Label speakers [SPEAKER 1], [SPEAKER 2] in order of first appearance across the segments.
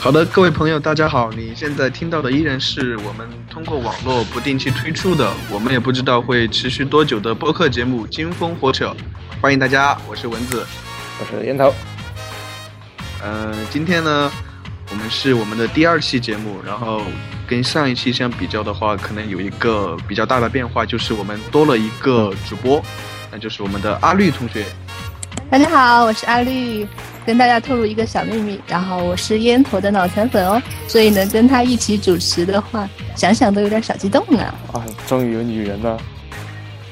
[SPEAKER 1] 好的，各位朋友，大家好！你现在听到的依然是我们通过网络不定期推出的，我们也不知道会持续多久的播客节目《金风火扯》，欢迎大家，我是蚊子。
[SPEAKER 2] 我是烟头。
[SPEAKER 1] 呃，今天呢，我们是我们的第二期节目，然后跟上一期相比较的话，可能有一个比较大的变化，就是我们多了一个主播，那就是我们的阿绿同学。
[SPEAKER 3] 大家好，我是阿绿，跟大家透露一个小秘密，然后我是烟头的脑残粉哦，所以能跟他一起主持的话，想想都有点小激动啊。
[SPEAKER 2] 啊，终于有女人了。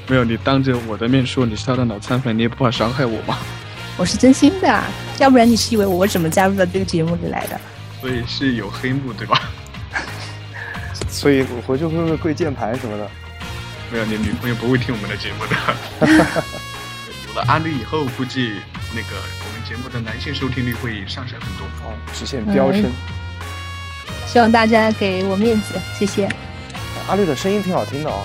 [SPEAKER 1] 没有，你当着我的面说你是他的脑残粉，你也不怕伤害我吗？
[SPEAKER 3] 我是真心的，要不然你是以为我怎么加入到这个节目里来的？
[SPEAKER 1] 所以是有黑幕对吧？
[SPEAKER 2] 所以我回去会不会跪键盘什么的？
[SPEAKER 1] 没有，你女朋友不会听我们的节目的。 有了阿绿以后，估计那个我们节目的男性收听率会上升很多。
[SPEAKER 2] 哦，直线飙升。
[SPEAKER 3] 希望大家给我面子，谢谢。
[SPEAKER 2] 阿绿的声音挺好听的啊、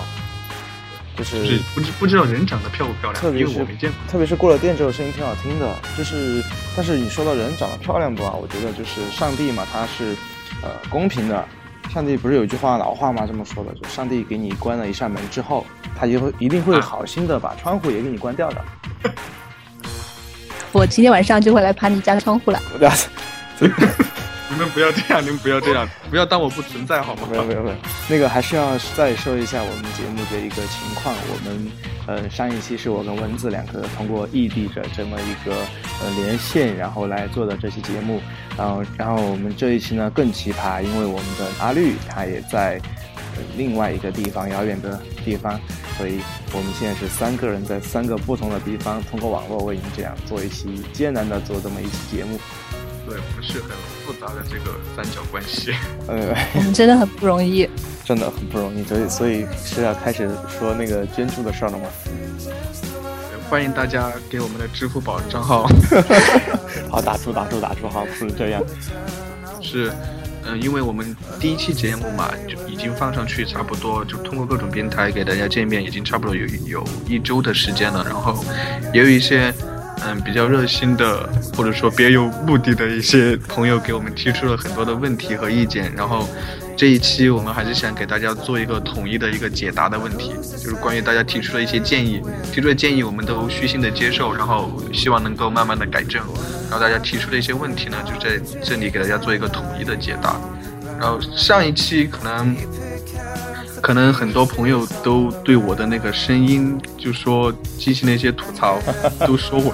[SPEAKER 2] 就
[SPEAKER 1] 就是
[SPEAKER 2] 是
[SPEAKER 1] 不知不知道人长得漂不漂亮，
[SPEAKER 2] 特别
[SPEAKER 1] 因
[SPEAKER 2] 是
[SPEAKER 1] 为我没见过。
[SPEAKER 2] 特别是过了店之后声音挺好听的，就是但是你说到人长得漂亮不啊？我觉得就是上帝嘛，他是呃公平的。上帝不是有句话老话嘛，这么说的，就上帝给你关了一扇门之后，他就会一定
[SPEAKER 1] 啊
[SPEAKER 2] 会好心的把窗户也给你关掉的。
[SPEAKER 3] 我今天晚上就会来爬你家的窗户了。
[SPEAKER 2] 我的
[SPEAKER 1] 你们不要这样，你们不要这样， 不要当我不存在好吗？
[SPEAKER 2] 没有没有没有，那个还是要再说一下我们节目的一个情况。我们呃上一期是我跟蚊子两个通过异地的这么一个呃连线，然后来做的这期节目。然后然后我们这一期呢更奇葩，因为我们的阿绿他也在、呃另外一个地方遥远的地方，所以我们现在是三个人在三个不同的地方通过网络为您这样做一期艰难的做这么一期节目。
[SPEAKER 1] 对，我们是很复杂的这个三角关系。
[SPEAKER 2] 呃。
[SPEAKER 3] 我们真的很不容易。
[SPEAKER 2] 真的很不容易，所以所以是要开始说那个捐助的事儿了吗？
[SPEAKER 1] 欢迎大家给我们的支付宝账号
[SPEAKER 2] 好，打住打住打住，好，不能这样。
[SPEAKER 1] 是，嗯、因为我们第一期节目嘛，就已经放上去，差不多就通过各种平台给大家见面，已经差不多有有一周的时间了。然后也有一些嗯比较热心的，或者说别有目的的一些朋友给我们提出了很多的问题和意见。然后这一期我们还是想给大家做一个统一的一个解答的问题，就是关于大家提出的一些建议，提出的建议我们都虚心的接受，然后希望能够慢慢的改正。然后大家提出的一些问题呢，就在这里给大家做一个统一的解答。然后上一期可能可能很多朋友都对我的那个声音就说进行了一些吐槽，都说我。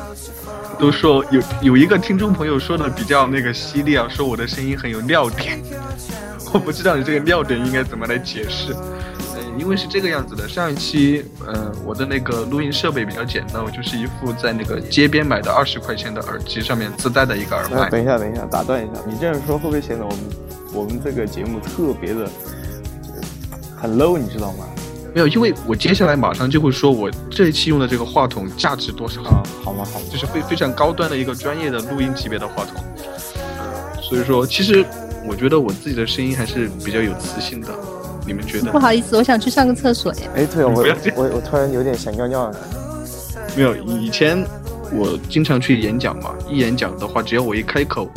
[SPEAKER 1] 都说有有一个听众朋友说的比较那个犀利啊，说我的声音很有料点， 我不知道你这个料点应该怎么来解释。嗯，因为是这个样子的，上一期，呃，我的那个录音设备比较简陋，就是一副在那个街边买的二十块钱的耳机上面自带的一个耳
[SPEAKER 2] 那
[SPEAKER 1] 麦。
[SPEAKER 2] 等一下，等一下，打断一下，你这样说会不会显得我们我们这个节目特别的呃很 low，你知道吗？
[SPEAKER 1] 没有，因为我接下来马上就会说我这一期用的这个话筒价值多少，
[SPEAKER 2] 啊，好吗？好吗？
[SPEAKER 1] 就是非非常高端的一个专业的录音级别的话筒。呃所以说，其实我觉得我自己的声音还是比较有磁性的，你们觉得
[SPEAKER 3] 不？好意思，我想去上个厕所耶。
[SPEAKER 2] 哎，对，我
[SPEAKER 1] 不要这
[SPEAKER 2] 我我突然有点想尿尿了。
[SPEAKER 1] 没有，以前我经常去演讲嘛，一演讲的话，只要我一开口，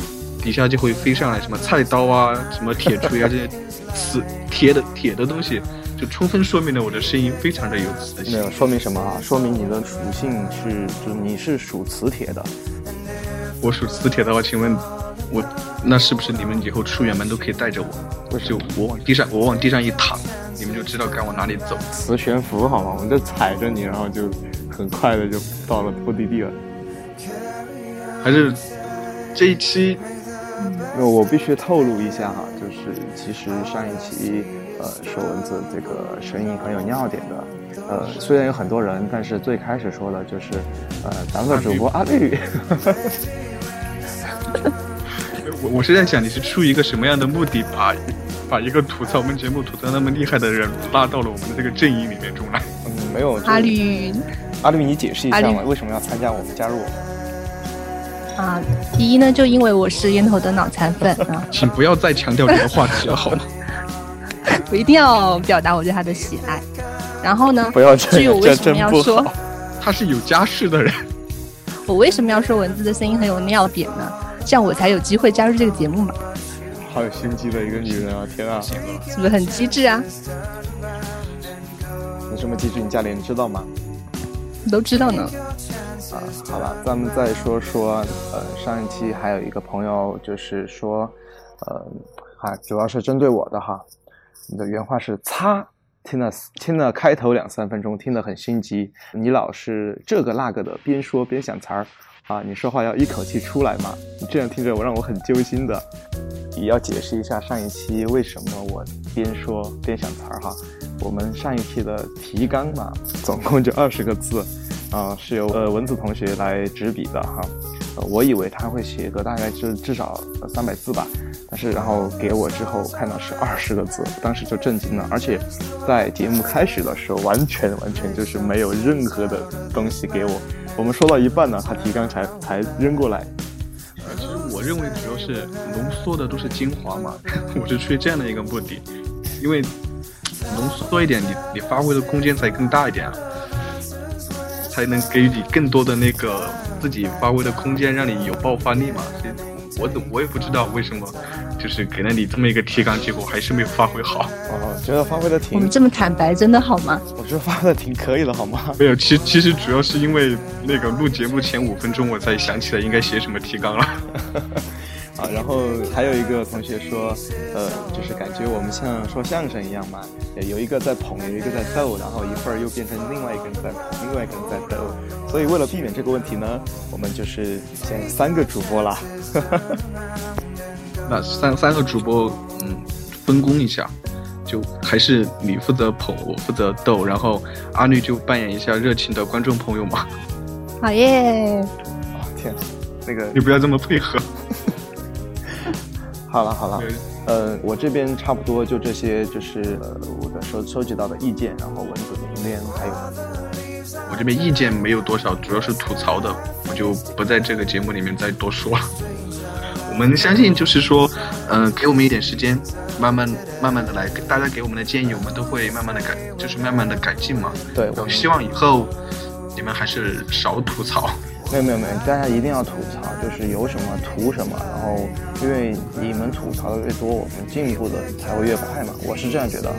[SPEAKER 1] 底下就会飞上来什么菜刀啊、什么铁锤啊这些 磁铁的铁的东西，就充分说明了我的声音非常的有磁
[SPEAKER 2] 没
[SPEAKER 1] 性
[SPEAKER 2] 有，。说明什么啊？说明你的属性是，就是你是属磁铁的。
[SPEAKER 1] 我属磁铁的话，请问我那是不是你们以后出远门都可以带着我？就我往地上，我往地上一躺，你们就知道该往哪里走。
[SPEAKER 2] 磁悬浮好吗？我们就踩着你，然后就很快的就到了目的地了。
[SPEAKER 1] 还是这一期
[SPEAKER 2] 那我必须透露一下哈，就是其实上一期呃说蚊子这个声音很有尿点的，呃虽然有很多人，但是最开始说的就是呃咱们的主播阿绿，
[SPEAKER 1] 我我是在想，你是出于一个什么样的目的把把一个吐槽我们节目吐槽那么厉害的人拉到了我们的这个阵营里面中来？
[SPEAKER 2] 嗯没有
[SPEAKER 3] 阿，绿，
[SPEAKER 2] 就是阿绿你解释一下
[SPEAKER 3] 阿
[SPEAKER 2] 嘛，
[SPEAKER 3] 绿
[SPEAKER 2] 为什么要参加我们加入我们？
[SPEAKER 3] 啊，第一呢，就因为我是烟头的脑残粉啊，
[SPEAKER 1] 请不要再强调这个话题了，好 吗？
[SPEAKER 3] 我一定要表达我对他的喜爱。然后呢，
[SPEAKER 2] 不要这
[SPEAKER 3] 至于我
[SPEAKER 2] 样，
[SPEAKER 3] 为
[SPEAKER 2] 这
[SPEAKER 3] 什
[SPEAKER 2] 真
[SPEAKER 3] 么要
[SPEAKER 2] 不
[SPEAKER 3] 说
[SPEAKER 2] 好。
[SPEAKER 1] 他是有家室的人，
[SPEAKER 3] 我为什么要说文字的声音很有尿点呢？这样我才有机会加入这个节目嘛，
[SPEAKER 2] 好有心机的一个女人啊！天啊，
[SPEAKER 3] 是不是很机智啊？
[SPEAKER 2] 你这么机智，你家里人知道吗？
[SPEAKER 3] 都知道呢。
[SPEAKER 2] 啊，好了，咱们再说说，呃，上一期还有一个朋友就是说，呃，啊，主要是针对我的哈，你的原话是擦，听了听了开头两三分钟，听得很心急，你老是这个那个的，边说边想词儿，啊，你说话要一口气出来嘛，你这样听着我让我很揪心的，也要解释一下上一期为什么我边说边想词儿哈，我们上一期的提纲嘛，总共就二十个字。啊，是由呃文字同学来执笔的哈、呃我以为他会写个大概至至少三百字吧，但是然后给我之后看到是二十个字，当时就震惊了，而且在节目开始的时候完全完全就是没有任何的东西给我，我们说到一半呢，他提纲才才扔过来，
[SPEAKER 1] 其实我认为主要是浓缩的都是精华嘛，我是出于这样的一个目的，因为浓缩一点，你你发挥的空间才更大一点啊，才能给予你更多的那个自己发挥的空间，让你有爆发力嘛。所以我怎我也不知道为什么，就是给了你这么一个提纲，结果还是没有发挥好。
[SPEAKER 2] 哦，觉得发挥的
[SPEAKER 3] 我
[SPEAKER 2] 挺
[SPEAKER 3] 们，这么坦白，真的好吗？
[SPEAKER 2] 我觉得发挥的挺可以的好吗？
[SPEAKER 1] 没有，其其实主要是因为那个录节目前五分钟，我才想起来应该写什么提纲了。
[SPEAKER 2] 啊，然后还有一个同学说，呃，就是感觉我们像说相声一样嘛，呃有一个在捧，有一个在逗，然后一会儿又变成另外一个人在捧，另外一个人在逗。所以为了避免这个问题呢，我们就是现在有三个主播啦。
[SPEAKER 1] 那三三个主播，嗯，分工一下，就还是你负责捧，我负责逗，然后阿绿就扮演一下热情的观众朋友嘛。
[SPEAKER 3] 好耶！
[SPEAKER 2] 啊、天啊，那个
[SPEAKER 1] 你不要这么配合。
[SPEAKER 2] 好了好了，呃，我这边差不多就这些，就是呃我的收收集到的意见，然后文字凝练，还有
[SPEAKER 1] 我这边意见没有多少，主要是吐槽的，我就不在这个节目里面再多说了。我们相信，就是说，嗯、给我们一点时间，慢慢慢慢的来，大家给我们的建议，我们都会慢慢的改，就是慢慢的改进嘛。
[SPEAKER 2] 对我
[SPEAKER 1] 我
[SPEAKER 2] 们
[SPEAKER 1] 希望以后你们还是少吐槽。
[SPEAKER 2] 没有没有没有，大家一定要吐槽，就是有什么吐什么，然后因为你们吐槽的越多，我们进步的才会越快嘛，我是这样觉得哈。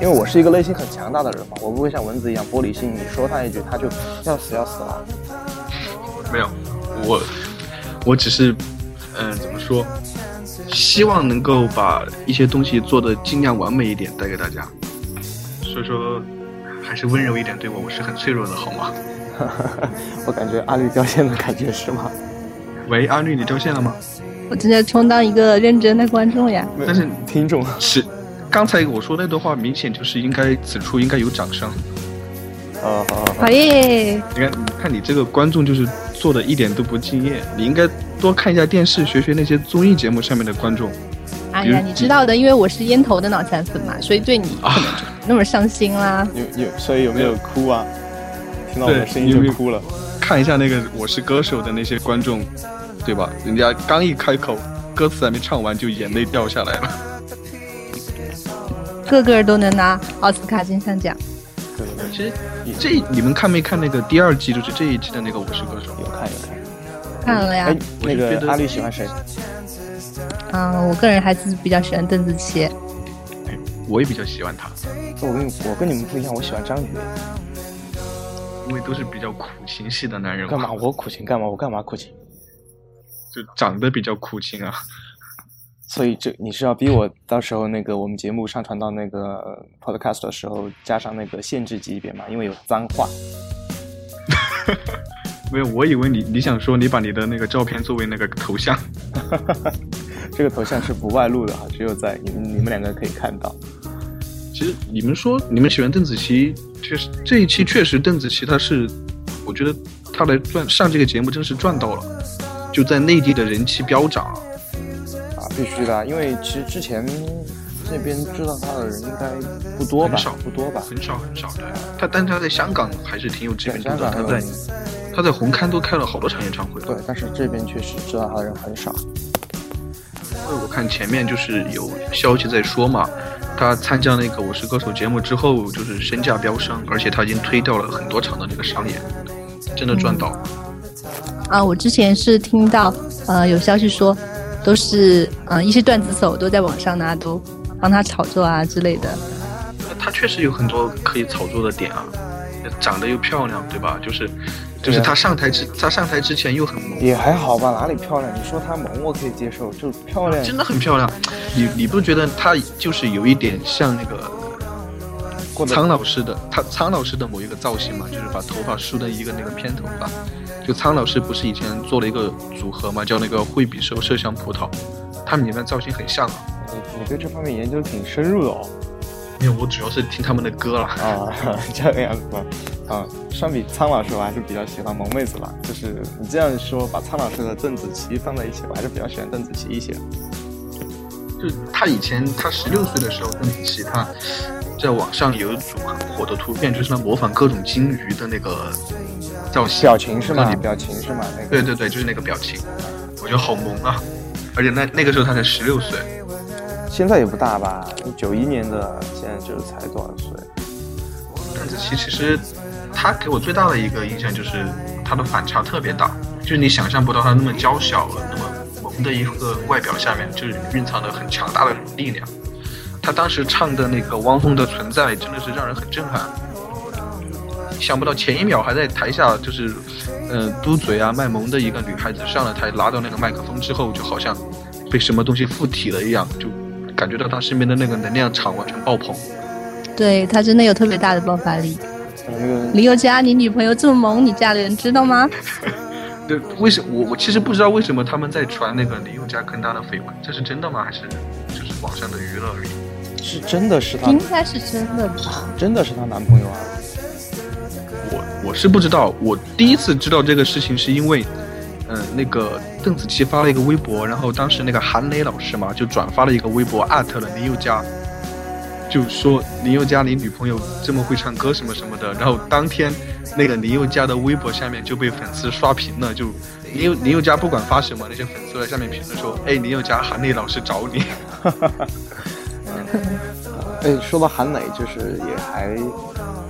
[SPEAKER 2] 因为我是一个内心很强大的人嘛，我不会像蚊子一样玻璃心，你说他一句他就要死要死啊了。
[SPEAKER 1] 没有，我我只是，嗯、怎么说？希望能够把一些东西做的尽量完美一点带给大家，所以说还是温柔一点对我，我是很脆弱的，好吗？
[SPEAKER 2] 我感觉阿绿掉线的感觉是吗？
[SPEAKER 1] 喂，阿绿，你掉线了吗？
[SPEAKER 3] 我正在充当一个认真的观众呀。
[SPEAKER 1] 但 是
[SPEAKER 2] 听众
[SPEAKER 1] 是，刚才我说那段话，明显就是应该此处应该有掌声。
[SPEAKER 2] 呃，好好好
[SPEAKER 3] 好耶！
[SPEAKER 1] 你看，你看你这个观众就是做的一点都不敬业，你应该多看一下电视，学学那些综艺节目上面的观众。
[SPEAKER 3] 哎呀，你知道的，因为我是烟头的脑残粉嘛，所以对你
[SPEAKER 2] 啊
[SPEAKER 3] 可能就没那么上心啦。
[SPEAKER 2] 有有，所以有没有哭啊？听到
[SPEAKER 1] 对
[SPEAKER 2] 我的声音就哭了。
[SPEAKER 1] 看一下那个《我是歌手》的那些观众，对吧？人家刚一开口，歌词还没唱完就眼泪掉下来了。
[SPEAKER 3] 个个都能拿奥斯卡金像奖，
[SPEAKER 2] 对对对，
[SPEAKER 1] 其实这你们看没看那个第二季，就是这一季的那个《我是歌手
[SPEAKER 2] 有看有看。
[SPEAKER 3] 看了呀
[SPEAKER 2] 哎。，那
[SPEAKER 1] 我就觉
[SPEAKER 2] 个
[SPEAKER 1] 得
[SPEAKER 2] 阿绿喜欢谁？
[SPEAKER 3] 嗯，我个人还是比较喜欢邓紫棋。》，
[SPEAKER 1] 我也比较喜欢他，
[SPEAKER 2] 我跟你我跟你们不一样，我喜欢张宇。
[SPEAKER 1] 因为都是比较苦情系的男人
[SPEAKER 2] 干
[SPEAKER 1] 嘛，
[SPEAKER 2] 嘛？我苦情干嘛？我干嘛苦情？
[SPEAKER 1] 就长得比较苦情啊。
[SPEAKER 2] 所以这你是要逼我到时候那个我们节目上传到那个呃 podcast 的时候加上那个限制级别嘛？因为有脏话。
[SPEAKER 1] 没有，我以为你你想说你把你的那个照片作为那个头像，
[SPEAKER 2] 这个头像是不外露的啊哈，只有在你们你们两个可以看到。
[SPEAKER 1] 其实你们说你们喜欢邓紫棋，确实这一期确实邓紫棋她是，我觉得她来赚上这个节目真是赚到了，就在内地的人气飙涨。
[SPEAKER 2] 啊，必须的啊，因为其实之前这边知道他的人应该不多吧
[SPEAKER 1] 很少，
[SPEAKER 2] 不多吧。
[SPEAKER 1] 很少很少的。他但他在香港还是挺有知
[SPEAKER 2] 对，
[SPEAKER 1] 名度
[SPEAKER 2] 香
[SPEAKER 1] 的，
[SPEAKER 2] 港
[SPEAKER 1] 他
[SPEAKER 2] 很有
[SPEAKER 1] 在
[SPEAKER 2] 名
[SPEAKER 1] 他在红磡都开了好多场演唱会了。
[SPEAKER 2] 对，但是这边确实知道他的人很少。
[SPEAKER 1] 因为我看前面就是有消息在说嘛，他参加那个《我是歌手》节目之后，就是身价飙升，而且他已经推掉了很多场的那个商演，真的赚到了。
[SPEAKER 3] 啊，我之前是听到呃有消息说，都是嗯、呃、一些段子手都在网上呢，都帮他炒作啊之类的。
[SPEAKER 1] 那他确实有很多可以炒作的点啊，长得又漂亮，对吧？就是就是他上台之他上台之前又很萌，
[SPEAKER 2] 也还好吧，哪里漂亮？你说她萌，我可以接受，就漂亮。
[SPEAKER 1] 啊真的很漂亮。你你不觉得她就是有一点像那个
[SPEAKER 2] 过得
[SPEAKER 1] 苍老师的他苍老师的某一个造型嘛？就是把头发梳的一个那个偏头发。就苍老师不是以前做了一个组合嘛，叫那个惠比寿麝香葡萄，他们里面造型很像啊。
[SPEAKER 2] 你你对这方面研究挺深入的哦。
[SPEAKER 1] 因为我主要是听他们的歌了。
[SPEAKER 2] 啊，这个样子吧。啊，相比苍老师，我还是比较喜欢萌妹子吧。就是你这样说，把苍老师和邓紫棋放在一起，我还是比较喜欢邓紫棋一些。
[SPEAKER 1] 就他以前他十六岁的时候，邓紫棋她在网上有一组很火的图片，就是她模仿各种金鱼的那个造型，
[SPEAKER 2] 表情是
[SPEAKER 1] 那
[SPEAKER 2] 吗？
[SPEAKER 1] 里
[SPEAKER 2] 表情是吗？那个
[SPEAKER 1] 对对对，就是那个表情，我觉得好萌啊！而且那那个时候他才十六岁，
[SPEAKER 2] 现在也不大吧？九一年的，现在就才多少岁？
[SPEAKER 1] 邓紫棋其实她给我最大的一个印象就是她的反差特别大，就是你想象不到她那么娇小、那么萌的一个外表下面，就是蕴藏着很强大的力量。她当时唱的那个《汪峰的存在》真的是让人很震撼，想不到前一秒还在台下就是，呃，嘟嘴啊卖萌的一个女孩子上了台，拿到那个麦克风之后，就好像被什么东西附体了一样，就感觉到她身边的那个能量场完全爆棚。
[SPEAKER 3] 对他真的有特别大的爆发力。
[SPEAKER 2] 呃那个
[SPEAKER 3] 林宥嘉，你女朋友这么萌，你嫁的人知道吗？
[SPEAKER 1] 对，为什我我其实不知道为什么他们在传那个林宥嘉跟他的绯闻，这是真的吗？还是就是网上的娱乐而已？
[SPEAKER 2] 是真的是她，
[SPEAKER 3] 应该是真的吧？
[SPEAKER 2] 真的是她男朋友啊？
[SPEAKER 1] 我我是不知道，我第一次知道这个事情是因为，嗯、那个邓紫棋发了一个微博，然后当时那个韩磊老师嘛就转发了一个微博，艾特了林宥嘉，就说林宥嘉你女朋友这么会唱歌什么什么的，然后当天那个林宥嘉的微博下面就被粉丝刷屏了，就林宥林宥嘉不管发什么，那些粉丝在下面评论说，哎，林宥嘉韩磊老师找你。
[SPEAKER 2] 哎，说到韩磊，就是也还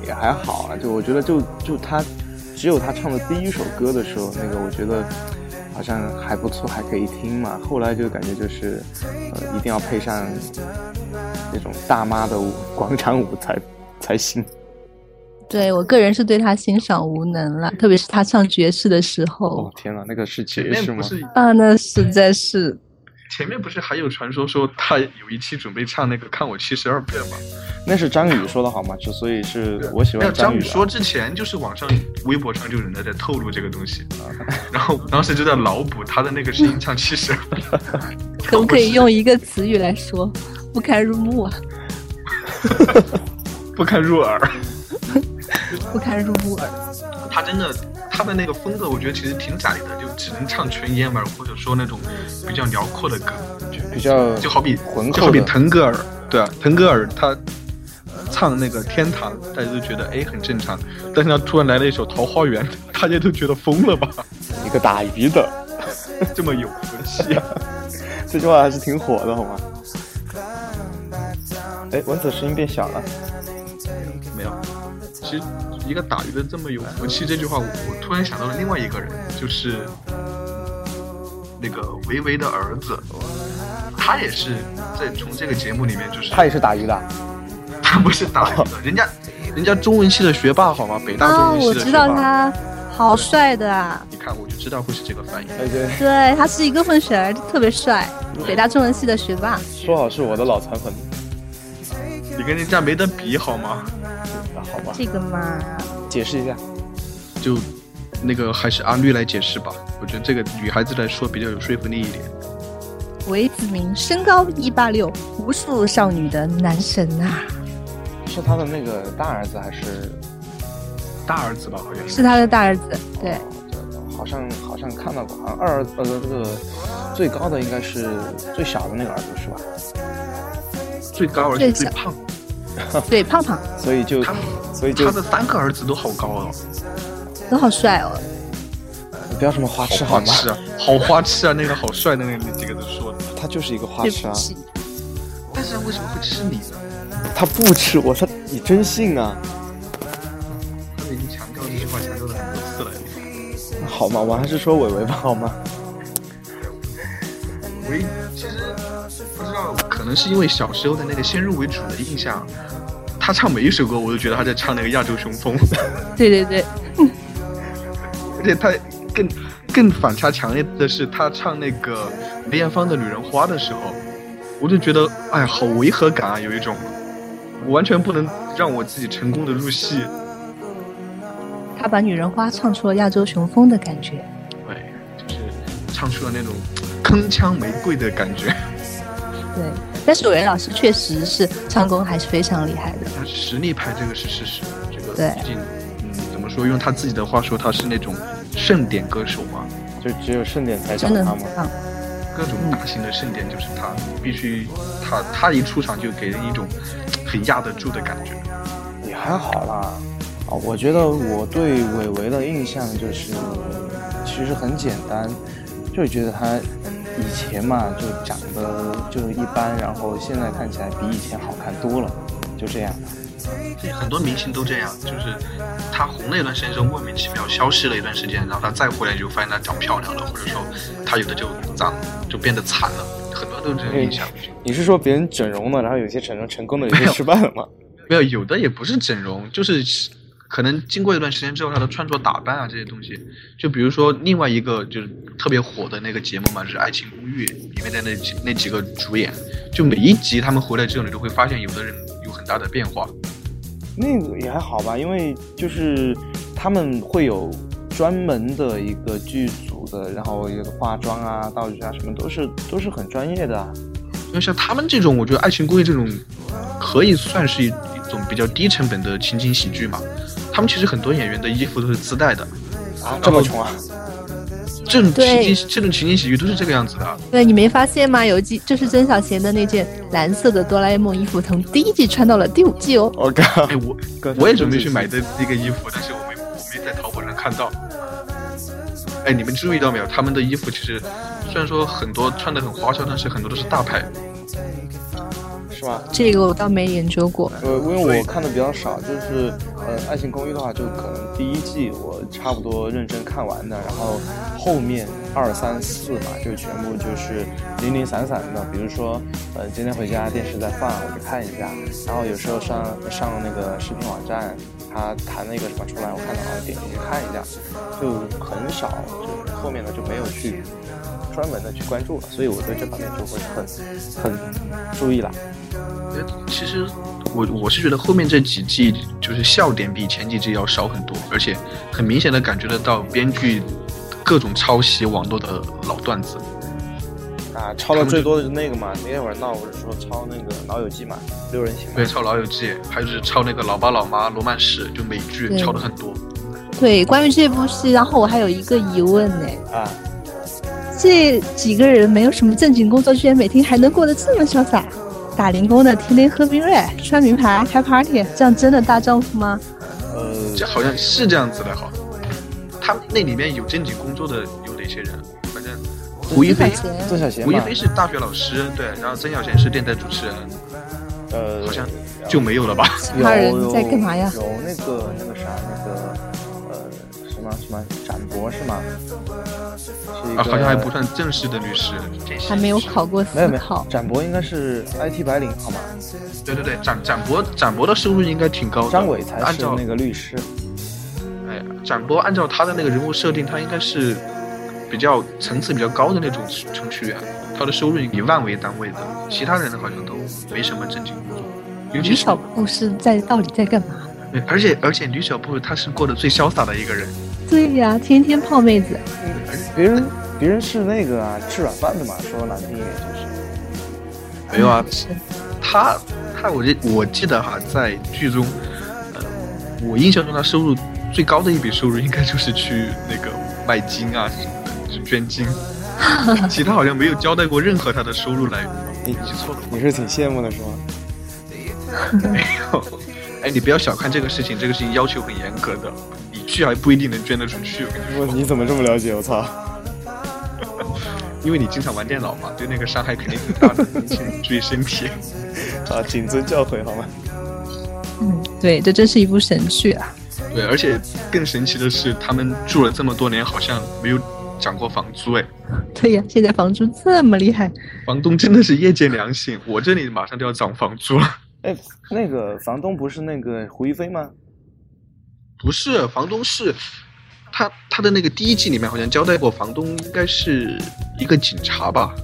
[SPEAKER 2] 也还好啊了，就我觉得就就他只有他唱的第一首歌的时候，那个我觉得好像还不错，还可以听嘛。后来就感觉就是呃，一定要配上那种大妈的舞广场舞才才行。
[SPEAKER 3] 对我个人是对他欣赏无能了，特别是他唱爵士的时候
[SPEAKER 2] 哦，天哪，那个是
[SPEAKER 1] 前
[SPEAKER 2] 爵
[SPEAKER 1] 面
[SPEAKER 2] 士
[SPEAKER 1] 不
[SPEAKER 2] 吗？
[SPEAKER 1] 是
[SPEAKER 3] 啊，那实在是
[SPEAKER 1] 前面不是还有传说说他有一期准备唱那个《看我七十二变》吗？
[SPEAKER 2] 那是张宇说的好吗？就所以是我喜
[SPEAKER 1] 那
[SPEAKER 2] 欢
[SPEAKER 1] 张
[SPEAKER 2] 宇
[SPEAKER 1] 宇
[SPEAKER 2] 啊
[SPEAKER 1] 说之前就是网上微博上就有人在透露这个东西，
[SPEAKER 2] 啊
[SPEAKER 1] 然后我当时就在脑补他的那个是音唱七十二，
[SPEAKER 3] 可不可以用一个词语来说？不堪入目啊，
[SPEAKER 1] 不堪入耳。
[SPEAKER 3] 不堪入目耳。
[SPEAKER 1] 他真的他的那个风格，我觉得其实挺窄的，就只能唱纯爷们儿或者说那种比较辽阔的歌，
[SPEAKER 2] 比较
[SPEAKER 1] 就好比
[SPEAKER 2] 浑
[SPEAKER 1] 就好
[SPEAKER 2] 厚
[SPEAKER 1] 比
[SPEAKER 2] 的，
[SPEAKER 1] 腾格尔，对啊，腾格尔他唱那个《天堂》，大家都觉得哎很正常，但是他突然来了一首《桃花源》， 大家都觉得疯了吧？
[SPEAKER 2] 一个打鱼的，
[SPEAKER 1] 这么有福气、啊
[SPEAKER 2] 这句话还是挺火的好吗？哎，蚊子声音变小了。
[SPEAKER 1] 没有，其实一个打鱼的这么有福气这句话，我我突然想到了另外一个人，就是那个维维的儿子，他也是在从这个节目里面，就是
[SPEAKER 2] 他也是打鱼的啊，
[SPEAKER 1] 他不是打鱼的，人家人家中文系的学霸好吗？北大
[SPEAKER 3] 啊，
[SPEAKER 1] 中文系
[SPEAKER 3] 我
[SPEAKER 1] 的
[SPEAKER 3] 知
[SPEAKER 1] 学
[SPEAKER 3] 道
[SPEAKER 1] 霸，
[SPEAKER 3] 他，好帅的啊！
[SPEAKER 1] 你看我就知道会是这个翻译。
[SPEAKER 2] 而且
[SPEAKER 3] 对，他是一个混血儿，特别帅，北大中文系的学霸。
[SPEAKER 2] 说好是我的脑残粉，
[SPEAKER 1] 你跟人家没得比好吗？
[SPEAKER 2] 啊，好吧，
[SPEAKER 3] 这个嘛，
[SPEAKER 2] 解释一下，
[SPEAKER 1] 就那个还是阿绿来解释吧，我觉得这个女孩子来说比较有说服力一点。
[SPEAKER 3] 韦子明身高一八六，无数少女的男神啊，
[SPEAKER 2] 是他的那个大儿子还是？
[SPEAKER 1] 大儿子吧，好像
[SPEAKER 3] 是他的大儿子。 对，
[SPEAKER 2] 对，哦好像好像看到过，好像二儿子呃这个最高的应该是最小的那个儿子是吧？
[SPEAKER 1] 最高而且
[SPEAKER 3] 最
[SPEAKER 1] 最
[SPEAKER 3] 小
[SPEAKER 1] 胖，
[SPEAKER 3] 对，胖胖
[SPEAKER 2] 所以就
[SPEAKER 1] 他
[SPEAKER 2] 所以就
[SPEAKER 1] 啊他的三个儿子都好高哦。
[SPEAKER 3] 都好帅哦。
[SPEAKER 2] 不要这么花痴好吗？
[SPEAKER 1] 花痴啊，好花痴啊！那个好帅的那那几个人说的，
[SPEAKER 2] 他就是一个花
[SPEAKER 3] 对
[SPEAKER 2] 痴
[SPEAKER 3] 不
[SPEAKER 2] 啊，
[SPEAKER 3] 起，
[SPEAKER 1] 但是为什么会吃你呢？
[SPEAKER 2] 他不吃我，他你真信啊？
[SPEAKER 1] 他们已经强调这句话强调了很多次了。
[SPEAKER 2] 好嘛，我还是说伟伟吧，好吗？
[SPEAKER 1] 我一其实不知道，可能是因为小时候的那个先入为主的印象，他唱每一首歌，我都觉得他在唱那个亚洲雄风，
[SPEAKER 3] 对对对，
[SPEAKER 1] 而且他更更反差强烈的是，他唱那个梅艳芳的《女人花》的时候，我就觉得哎呀，好违和感啊，有一种我完全不能让我自己成功的入戏。
[SPEAKER 3] 他把《女人花》唱出了亚洲雄风的感觉。
[SPEAKER 1] 对，哎就是唱出了那种铿锵玫瑰的感觉。
[SPEAKER 3] 对，但是伟伟老师确实是唱功还是非常厉害的。
[SPEAKER 1] 他实力派这个是事实，这个
[SPEAKER 3] 对
[SPEAKER 1] 毕竟，嗯，怎么说？用他自己的话说，他是那种盛典歌手嘛，
[SPEAKER 2] 就只有盛典才找
[SPEAKER 3] 真的
[SPEAKER 2] 他
[SPEAKER 3] 很
[SPEAKER 2] 吗？
[SPEAKER 3] 棒，
[SPEAKER 1] 各种大型的盛典就是他，必须他他一出场就给人一种很压得住的感觉。
[SPEAKER 2] 也还好啦。啊，我觉得我对伟伟的印象就是，其实很简单，就觉得他以前嘛就长得就一般，然后现在看起来比以前好看多了，就这样。
[SPEAKER 1] 很多明星都这样，就是他红了一段时间之后，莫名其妙消失了一段时间，然后他再回来就发现他长漂亮了，或者说他有的就长就变得惨了，很多都是这个印象。
[SPEAKER 2] 你是说别人整容了，然后有些整容成功的，有些失败了 吗？
[SPEAKER 1] 没有，有的也不是整容，就是可能经过一段时间之后，他的穿着打扮啊这些东西，就比如说另外一个就是特别火的那个节目嘛，就是《爱情公寓》里面的那几那几个主演，就每一集他们回来之后，你都会发现有的人有很大的变化。
[SPEAKER 2] 那个也还好吧，因为就是他们会有专门的一个剧组的，然后一个化妆啊、道具啊什么都是都是很专业的啊。
[SPEAKER 1] 因为像他们这种，我觉得《爱情公寓》这种可以算是一一种比较低成本的情景喜剧嘛。他们其实很多演员的衣服都是自带的，
[SPEAKER 2] 啊，这么穷啊？
[SPEAKER 1] 这种情
[SPEAKER 3] 对
[SPEAKER 1] 景这种情景喜剧都是这个样子的。
[SPEAKER 3] 对你没发现吗？有一季就是曾小贤的那件蓝色的哆啦 A 梦衣服，从第一季穿到了第五季哦。
[SPEAKER 2] 我靠！
[SPEAKER 1] 哎，我
[SPEAKER 2] 刚才
[SPEAKER 1] 我也准备去
[SPEAKER 2] 真的是
[SPEAKER 1] 买这这个衣服，但是我没我没在淘宝上看到。哎，你们注意到没有？他们的衣服其实虽然说很多穿的很花哨，但是很多都是大牌。
[SPEAKER 2] 是吧？
[SPEAKER 3] 这个我倒没研究过。
[SPEAKER 2] 呃，因为我看的比较少，就是呃，《爱情公寓》的话，就可能第一季我差不多认真看完的，然后后面二三四嘛，就全部就是零零散散的。比如说，呃，今天回家电视在放，我就看一下，然后有时候上上那个视频网站，他弹了一个什么出来，我看到了点进去看一下，就很少，就后面呢就没有去专门的去关注了，所以我对这方面就会很很注意了。
[SPEAKER 1] 呃其实我我是觉得后面这几季就是笑点比前几季要少很多，而且很明显的感觉得到编剧各种抄袭网络的老段子。
[SPEAKER 2] 啊，抄的最多的就是那个嘛，那会儿闹不是说抄那个《老友记》嘛，六人行嘛
[SPEAKER 1] 对，，抄《老友记》，还有就是抄那个《老爸老妈》《罗曼史》，就美剧
[SPEAKER 3] 对
[SPEAKER 1] 抄的很多。
[SPEAKER 3] 对，关于这部戏，然后我还有一个疑问呢，
[SPEAKER 2] 啊，
[SPEAKER 3] 这几个人没有什么正经工作，居然每天还能过得这么潇洒，打零工的，天天喝冰锐，穿名牌，开 party，这样真的大丈夫 吗？
[SPEAKER 2] 呃，
[SPEAKER 1] 这好像是这样子的，好。他们那里面有正经工作的有哪些人？反正胡一菲
[SPEAKER 3] 多，少钱
[SPEAKER 2] 曾小贤
[SPEAKER 1] 胡一
[SPEAKER 2] 嘛，
[SPEAKER 1] 菲是大学老师，对，然后曾小贤是电台主持人，
[SPEAKER 2] 呃，
[SPEAKER 1] 好像就没有了吧？
[SPEAKER 3] 其他
[SPEAKER 2] 有
[SPEAKER 3] 人
[SPEAKER 2] 有
[SPEAKER 3] 在干嘛呀？
[SPEAKER 2] 有那个那个啥那个呃什么什么展博是吗？是一个
[SPEAKER 1] 啊，好像还不算正式的律师，这些
[SPEAKER 3] 还没有考过
[SPEAKER 2] 没有
[SPEAKER 3] 司
[SPEAKER 2] 没有
[SPEAKER 3] 考，，
[SPEAKER 2] 展博应该是 IT 白领好吗？
[SPEAKER 1] 对对对，展展博展博的收入应该挺高的。
[SPEAKER 2] 张伟才
[SPEAKER 1] 按
[SPEAKER 2] 是
[SPEAKER 1] 照
[SPEAKER 2] 那个律师，
[SPEAKER 1] 哎，展博按照他的那个人物设定，他应该是比较层次比较高的那种程序员，啊他的收入以万为单位的。其他人好像都没什么正经工作，尤其
[SPEAKER 3] 李
[SPEAKER 1] 是
[SPEAKER 3] 小布是在到底在干嘛？
[SPEAKER 1] 对而且而且吕小布他是过得最潇洒的一个人，
[SPEAKER 3] 对呀、天天泡妹子，
[SPEAKER 2] 别人别人是那个啊吃软饭的嘛，说难听一点就是。
[SPEAKER 1] 没有 啊，
[SPEAKER 3] 是
[SPEAKER 1] 他他我记我记得哈，在剧中，呃，我印象中他收入最高的一笔收入应该就是去那个卖金啊什么的，去捐 金，其他好像没有交代过任何他的收入来源。你记错了，
[SPEAKER 2] 你是挺羡慕的是吗？
[SPEAKER 1] 哎，你不要小看这个事情，这个事情要求很严格的，你去还不一定能捐得出去。我跟你
[SPEAKER 2] 我你怎么这么了解？我操！
[SPEAKER 1] 说，因为你经常玩电脑嘛，对那个伤害肯定挺大 的，请注意身体。
[SPEAKER 2] 啊，谨遵教诲好吗？
[SPEAKER 3] 嗯，对，这真是一部神剧啊！
[SPEAKER 1] 对，而且更神奇的是，他们住了这么多年，好像没有涨过房租哎。
[SPEAKER 3] 对呀、现在房租这么厉害，
[SPEAKER 1] 房东真的是业界良心，我这里马上就要涨房租了。
[SPEAKER 2] 哎，那个房东不是那个胡一菲吗？
[SPEAKER 1] 不是，房东是他他的那个第一季里面好像交代过，房东应该是一个警察吧，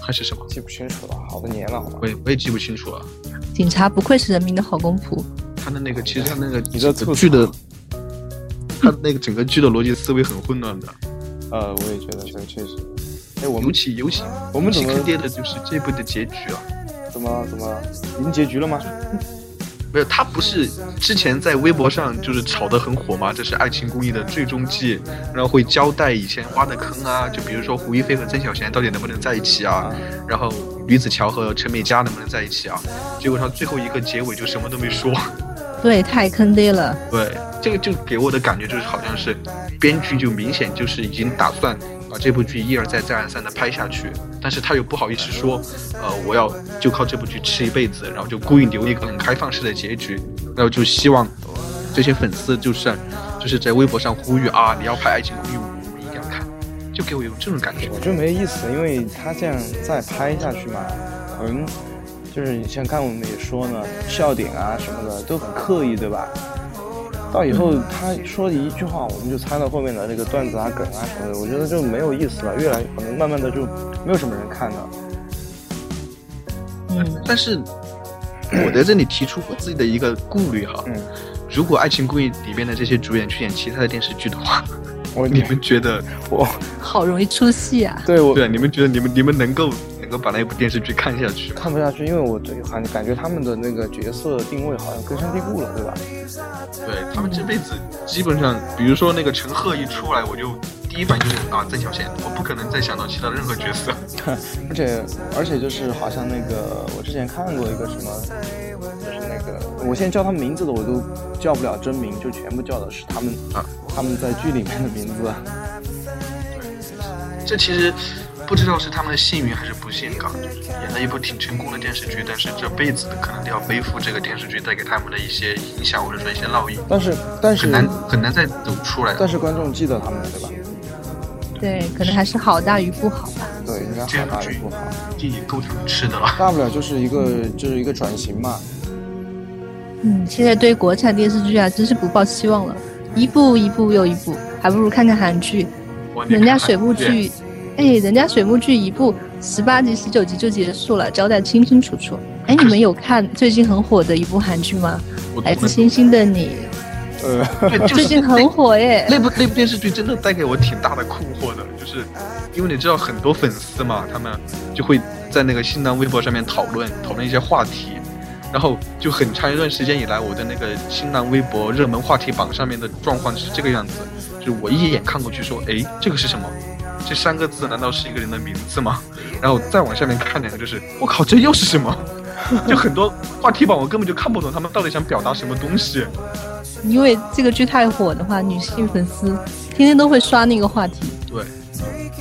[SPEAKER 1] 还是什么？
[SPEAKER 2] 记不清楚了，好多年了，好吗？
[SPEAKER 1] 我也我也记不清楚了。
[SPEAKER 3] 警察不愧是人民的好公仆。
[SPEAKER 1] 他的那个其实他那个
[SPEAKER 2] 你在
[SPEAKER 1] 整
[SPEAKER 2] 吐
[SPEAKER 1] 个
[SPEAKER 2] 槽
[SPEAKER 1] 剧的，他那个整个剧的逻辑思维很混乱的，
[SPEAKER 2] 呃，我也觉得这个确实。哎，我
[SPEAKER 1] 尤
[SPEAKER 2] 们
[SPEAKER 1] 其尤其
[SPEAKER 2] 我
[SPEAKER 1] 尤
[SPEAKER 2] 们怎
[SPEAKER 1] 其
[SPEAKER 2] 么
[SPEAKER 1] 坑爹的就是这部的结局啊。
[SPEAKER 2] 怎么怎么已经结局了吗？
[SPEAKER 1] 没有，他不是之前在微博上就是炒得很火嘛，这是《爱情公寓》的最终季，然后会交代以前挖的坑啊，就比如说胡一菲和曾小贤到底能不能在一起啊，然后吕子乔和陈美嘉能不能在一起啊，结果他最后一个结尾就什么都没说。
[SPEAKER 3] 对，太坑爹了。
[SPEAKER 1] 对，这个就给我的感觉就是好像是编剧就明显就是已经打算把这部剧一而再再而三的拍下去，但是他又不好意思说，呃，我要就靠这部剧吃一辈子，然后就故意留一个很开放式的结局，然后就希望这些粉丝就是就是在微博上呼吁啊，你要拍《爱情公寓五》，你一定要看，就给我有这种感觉。
[SPEAKER 2] 我觉得没意思，因为他这样再拍下去嘛，可能就是像刚我们也说呢，笑点啊什么的都很刻意，对吧？到以后他说一句话，我们就猜到后面的这个段子啊、梗啊什么的，我觉得就没有意思了，越来可能慢慢的就没有什么人看了。
[SPEAKER 3] 嗯，
[SPEAKER 1] 但是我在这里提出我自己的一个顾虑啊哈，
[SPEAKER 2] 嗯，
[SPEAKER 1] 如果《爱情公寓》里面的这些主演去演其他的电视剧的话，
[SPEAKER 2] 我
[SPEAKER 1] 你们觉得？
[SPEAKER 2] 我
[SPEAKER 3] 好容易出戏啊！
[SPEAKER 2] 对我
[SPEAKER 1] 对，你们觉得你们你们能够能够把那部电视剧看下去吗？
[SPEAKER 2] 看不下去，因为我对感感觉他们的那个角色定位好像根深蒂固了，对吧？
[SPEAKER 1] 对他们这辈子基本上，比如说那个陈赫一出来，我就第一反应就是啊，郑小贤，我不可能再想到其他任何角 色。
[SPEAKER 2] 而且而且就是好像那个我之前看过一个什么，就是那个我现在叫他们名字的我都叫不了真名，就全部叫的是他们
[SPEAKER 1] 啊
[SPEAKER 2] 他们在剧里面的名字。
[SPEAKER 1] 这其实不知道是他们的幸运还是不幸啊，就是演了一部挺成功的电视剧，但是这辈子可能都要背负这个电视剧带给他们的一些影响或者说一些烙印，
[SPEAKER 2] 但是但
[SPEAKER 1] 很
[SPEAKER 2] 是
[SPEAKER 1] 难很难再走出来了。
[SPEAKER 2] 但是观众记得他们对吧？
[SPEAKER 3] 对，可能还是好大于不好吧。
[SPEAKER 2] 对，应该
[SPEAKER 1] 这
[SPEAKER 2] 好
[SPEAKER 1] 样
[SPEAKER 2] 大于
[SPEAKER 1] 去
[SPEAKER 2] 不好，
[SPEAKER 1] 已经够他们吃的了。
[SPEAKER 2] 大不了就是一个就是一个转型嘛。
[SPEAKER 3] 嗯，现在对国产电视剧啊，真是不抱希望了，一部一部又一部，还不如看看韩剧。
[SPEAKER 1] 我
[SPEAKER 3] 人家水幕剧，哎，人家水幕剧一部十八集、十九集就结束了，交代清清楚楚。哎，你们有看最近很火的一部韩剧吗？
[SPEAKER 1] 我
[SPEAKER 3] 来自星星的你，
[SPEAKER 2] 呃，
[SPEAKER 1] 对，就是
[SPEAKER 3] 最近很火耶。
[SPEAKER 1] 那部那部电视剧真的带给我挺大的困惑的，就是因为你知道很多粉丝嘛，他们就会在那个新浪微博上面讨论讨论一些话题，然后就很长一段时间以来，我的那个新浪微博热门话题榜上面的状况是这个样子，就是我一眼看过去说，诶，这个是什么？这三个字难道是一个人的名字吗？然后再往下面看两个，就是我靠，这又是什么？ 就很多话题榜我根本就看不懂他们到底想表达什么东西。
[SPEAKER 3] 因为这个剧太火的话，女性粉丝天天都会刷那个话题。
[SPEAKER 1] 对，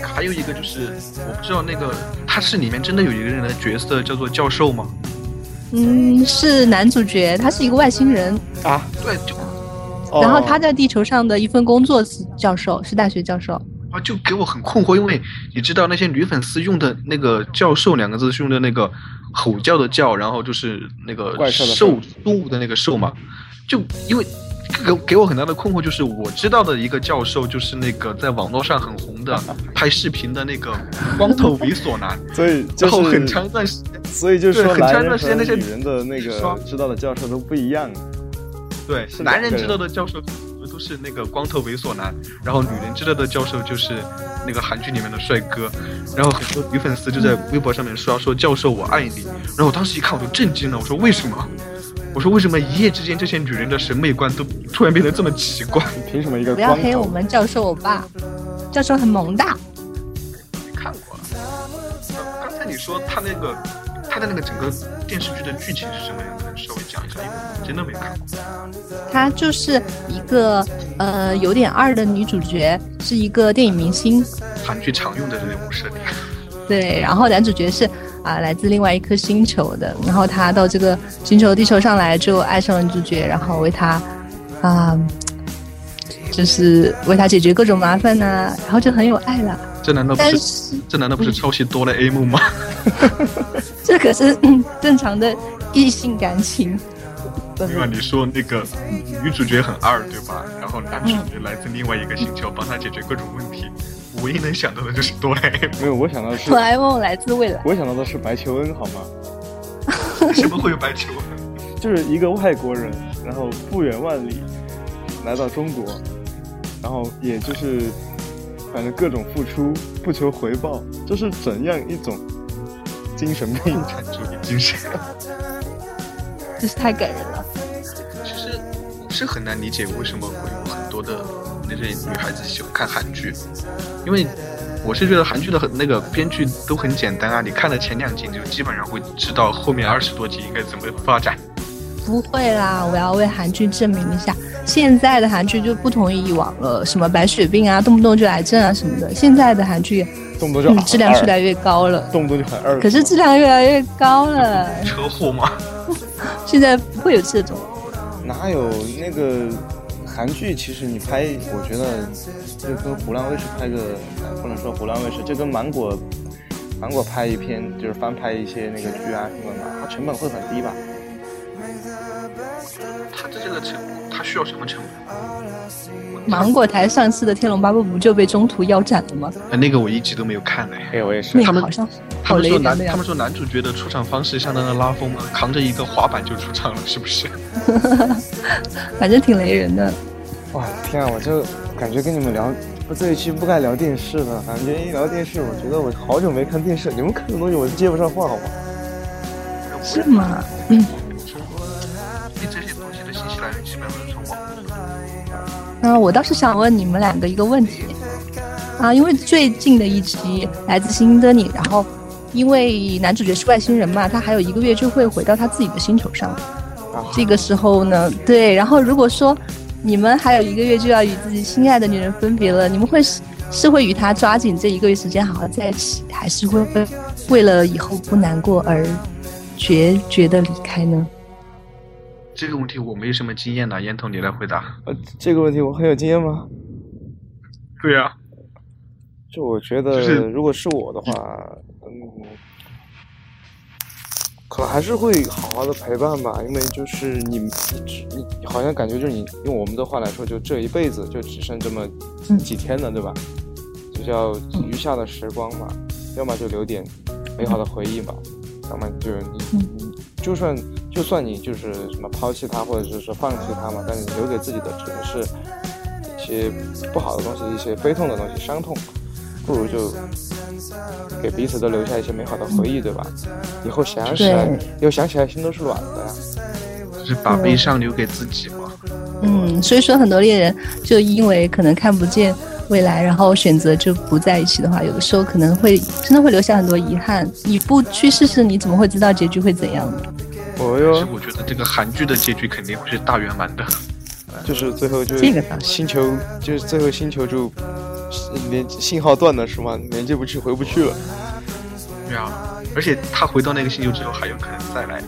[SPEAKER 1] 还有一个就是，我不知道那个他是里面真的有一个人的角色叫做教授吗？
[SPEAKER 3] 嗯，是男主角，他是一个外星人，
[SPEAKER 2] 啊
[SPEAKER 1] 对，就
[SPEAKER 2] 哦
[SPEAKER 3] 然后他在地球上的一份工作是教授，是大学教授。
[SPEAKER 1] 啊就给我很困惑，因为你知道那些女粉丝用的那个“教授”两个字是用的那个吼叫的叫，然后就是那
[SPEAKER 2] 怪
[SPEAKER 1] 个
[SPEAKER 2] 兽的
[SPEAKER 1] 兽动物的那个兽嘛，就因为。给给我很大的困惑，就是我知道的一个教授，就是那个在网络上很红 的拍视频的那个光头猥琐男，
[SPEAKER 2] 哦所以就
[SPEAKER 1] 然后
[SPEAKER 2] 是
[SPEAKER 1] 很长一段时间，
[SPEAKER 2] 所以就是说
[SPEAKER 1] 对很长
[SPEAKER 2] 男
[SPEAKER 1] 一
[SPEAKER 2] 人
[SPEAKER 1] 段时间那
[SPEAKER 2] 和
[SPEAKER 1] 些
[SPEAKER 2] 女人的那
[SPEAKER 1] 刷
[SPEAKER 2] 个知道的教授都不一样。
[SPEAKER 1] 对
[SPEAKER 2] 是，
[SPEAKER 1] 男
[SPEAKER 2] 两
[SPEAKER 1] 人
[SPEAKER 2] 个
[SPEAKER 1] 知
[SPEAKER 2] 人
[SPEAKER 1] 道的教授都是那个光头猥琐男，然后女人知道的教授就是那个韩剧里面的帅哥，然后很多女粉丝就在微博上面刷说教授我爱你，然后我当时一看我就震惊了，我说为什么？我说为什么一夜之间这些女人的审美观都突然变得这么奇怪？
[SPEAKER 2] 你凭什么一个
[SPEAKER 3] 不要
[SPEAKER 2] 光
[SPEAKER 3] 黑我
[SPEAKER 2] 头？
[SPEAKER 3] 们教授欧巴，教授很萌的。
[SPEAKER 1] 看过了，呃刚才你说他那个它的那个整个电视剧的剧情是什么样的？稍微讲一下，因为我真的没看过。
[SPEAKER 3] 她就是一个呃有点二的女主角，是一个电影明星，
[SPEAKER 1] 韩剧常用的这种设定。
[SPEAKER 3] 对，然后男主角是啊、来自另外一颗星球的，然后他到这个星球地球上来之后爱上了女主角，然后为她啊、就是为她解决各种麻烦呐、然后就很有爱了。
[SPEAKER 1] 这难道不
[SPEAKER 3] 但
[SPEAKER 1] 是
[SPEAKER 3] 是
[SPEAKER 1] 这难道不是抄袭多了 A 梦吗？
[SPEAKER 3] 这可是嗯正常的异性感情，
[SPEAKER 2] 但
[SPEAKER 1] 另
[SPEAKER 2] 是
[SPEAKER 1] 外你说那个女主角很二对吧？然后男主角来自另外一个星球，帮他解决各种问题。我唯一能想到的就是哆啦 A 梦，
[SPEAKER 2] 没有，我想到 的是
[SPEAKER 3] 哆，啦 A 梦来自未来。
[SPEAKER 2] 我想到的是白求恩，好吗？
[SPEAKER 1] 为什么会有白求恩？
[SPEAKER 2] 就是一个外国人，然后不远万里来到中国，然后也就是反正各种付出，不求回报，这是怎样一种精神病？
[SPEAKER 1] 共产主义精神。
[SPEAKER 3] 就是太感人了。
[SPEAKER 1] 其实我是很难理解为什么会有很多的那些女孩子喜欢看韩剧，因为我是觉得韩剧的很那个编剧都很简单啊，你看了前两集你就基本上会知道后面二十多集应该怎么发展。
[SPEAKER 3] 不会啦，我要为韩剧证明一下，现在的韩剧就不同于以往了，什么白血病啊，动不动就癌症啊什么的，现在的韩剧
[SPEAKER 2] 动不动就
[SPEAKER 3] 嗯
[SPEAKER 2] 很
[SPEAKER 3] 质量
[SPEAKER 2] 二
[SPEAKER 3] 越来越高了。
[SPEAKER 2] 动不动就很二。
[SPEAKER 1] 嗯
[SPEAKER 3] 可是质量越来越高了，
[SPEAKER 1] 车祸吗？
[SPEAKER 3] 现在不会有这种。
[SPEAKER 2] 哪有那个韩剧？其实你拍，我觉得就跟湖南卫视拍个，呃不能说湖南卫视，就跟芒果芒果拍一篇，就是翻拍一些那个剧啊什么的，它成本会很低吧？
[SPEAKER 1] 它的这个成本，它需要什么成本？
[SPEAKER 3] 芒果台上次的《天龙八部》不就被中途腰斩了吗？
[SPEAKER 1] 呃那个我一集都没有看呢、
[SPEAKER 2] 哎，我也是
[SPEAKER 3] 那
[SPEAKER 1] 他
[SPEAKER 3] 个
[SPEAKER 1] 们
[SPEAKER 3] 好像
[SPEAKER 1] 他
[SPEAKER 3] 好
[SPEAKER 1] 们
[SPEAKER 3] 雷
[SPEAKER 1] 说
[SPEAKER 3] 人
[SPEAKER 1] 男
[SPEAKER 3] 的，
[SPEAKER 1] 他
[SPEAKER 3] 呀
[SPEAKER 1] 们。说男主角的出场方式相当的拉风啊，扛着一个滑板就出场了，是不是？
[SPEAKER 3] 反正挺雷人的。
[SPEAKER 2] 哇，天啊，我就感觉跟你们聊，不这一期不该聊电视的，感觉一聊电视，我觉得我好久没看电视，你们看的东西我接不上话，好吗？
[SPEAKER 3] 是 吗？
[SPEAKER 1] 因为这些东西的信息来源基本上是从网络
[SPEAKER 3] 那我倒是想问你们两个一个问题啊，因为最近的一集《来自星星的你》，然后因为男主角是外星人嘛，他还有一个月就会回到他自己的星球上。
[SPEAKER 2] 啊，
[SPEAKER 3] 这个时候呢，对，然后如果说你们还有一个月就要与自己心爱的女人分别了，你们会是是会与她抓紧这一个月时间好好在一起，还是会为为了以后不难过而决绝的离开呢？
[SPEAKER 1] 这个问题我没什么经验呐，烟头你来回答。
[SPEAKER 2] 呃，这个问题我很有经验吗？
[SPEAKER 1] 对呀、
[SPEAKER 2] 就我觉
[SPEAKER 1] 就是
[SPEAKER 2] 得，如果是我的话，嗯，可能还是会好好的陪伴吧，因为就是你，你好像感觉就是你，用我们的话来说，就这一辈子就只剩这么
[SPEAKER 3] 嗯
[SPEAKER 2] 几天了，对吧？就叫余下的时光嘛，要么就留点美好的回忆嘛，要么就是你，
[SPEAKER 3] 嗯
[SPEAKER 2] 你就算就算你就是什么抛弃他，或者就是放弃他嘛，但是你留给自己的只能是一些不好的东西，一些悲痛的东西，伤痛。不如就给彼此都留下一些美好的回忆，对吧？以后想起来
[SPEAKER 3] 对，
[SPEAKER 2] 以后想起来心都是软的呀。
[SPEAKER 1] 就是把悲伤留给自己嘛。
[SPEAKER 3] 嗯，所以说很多恋人就因为可能看不见未来，然后选择就不在一起的话，有的时候可能会真的会留下很多遗憾。你不去试试，你怎么会知道结局会怎样呢？
[SPEAKER 2] 哦
[SPEAKER 1] 其实
[SPEAKER 2] 哟，
[SPEAKER 1] 我觉得这个韩剧的结局肯定会是大圆满的。
[SPEAKER 2] 就是最后就
[SPEAKER 3] 这个倒是
[SPEAKER 2] 星球，就是最后星球就连信号断了是吗？连接不去，回不去了。
[SPEAKER 1] 对啊，而且他回到那个星球之后还有可能再来。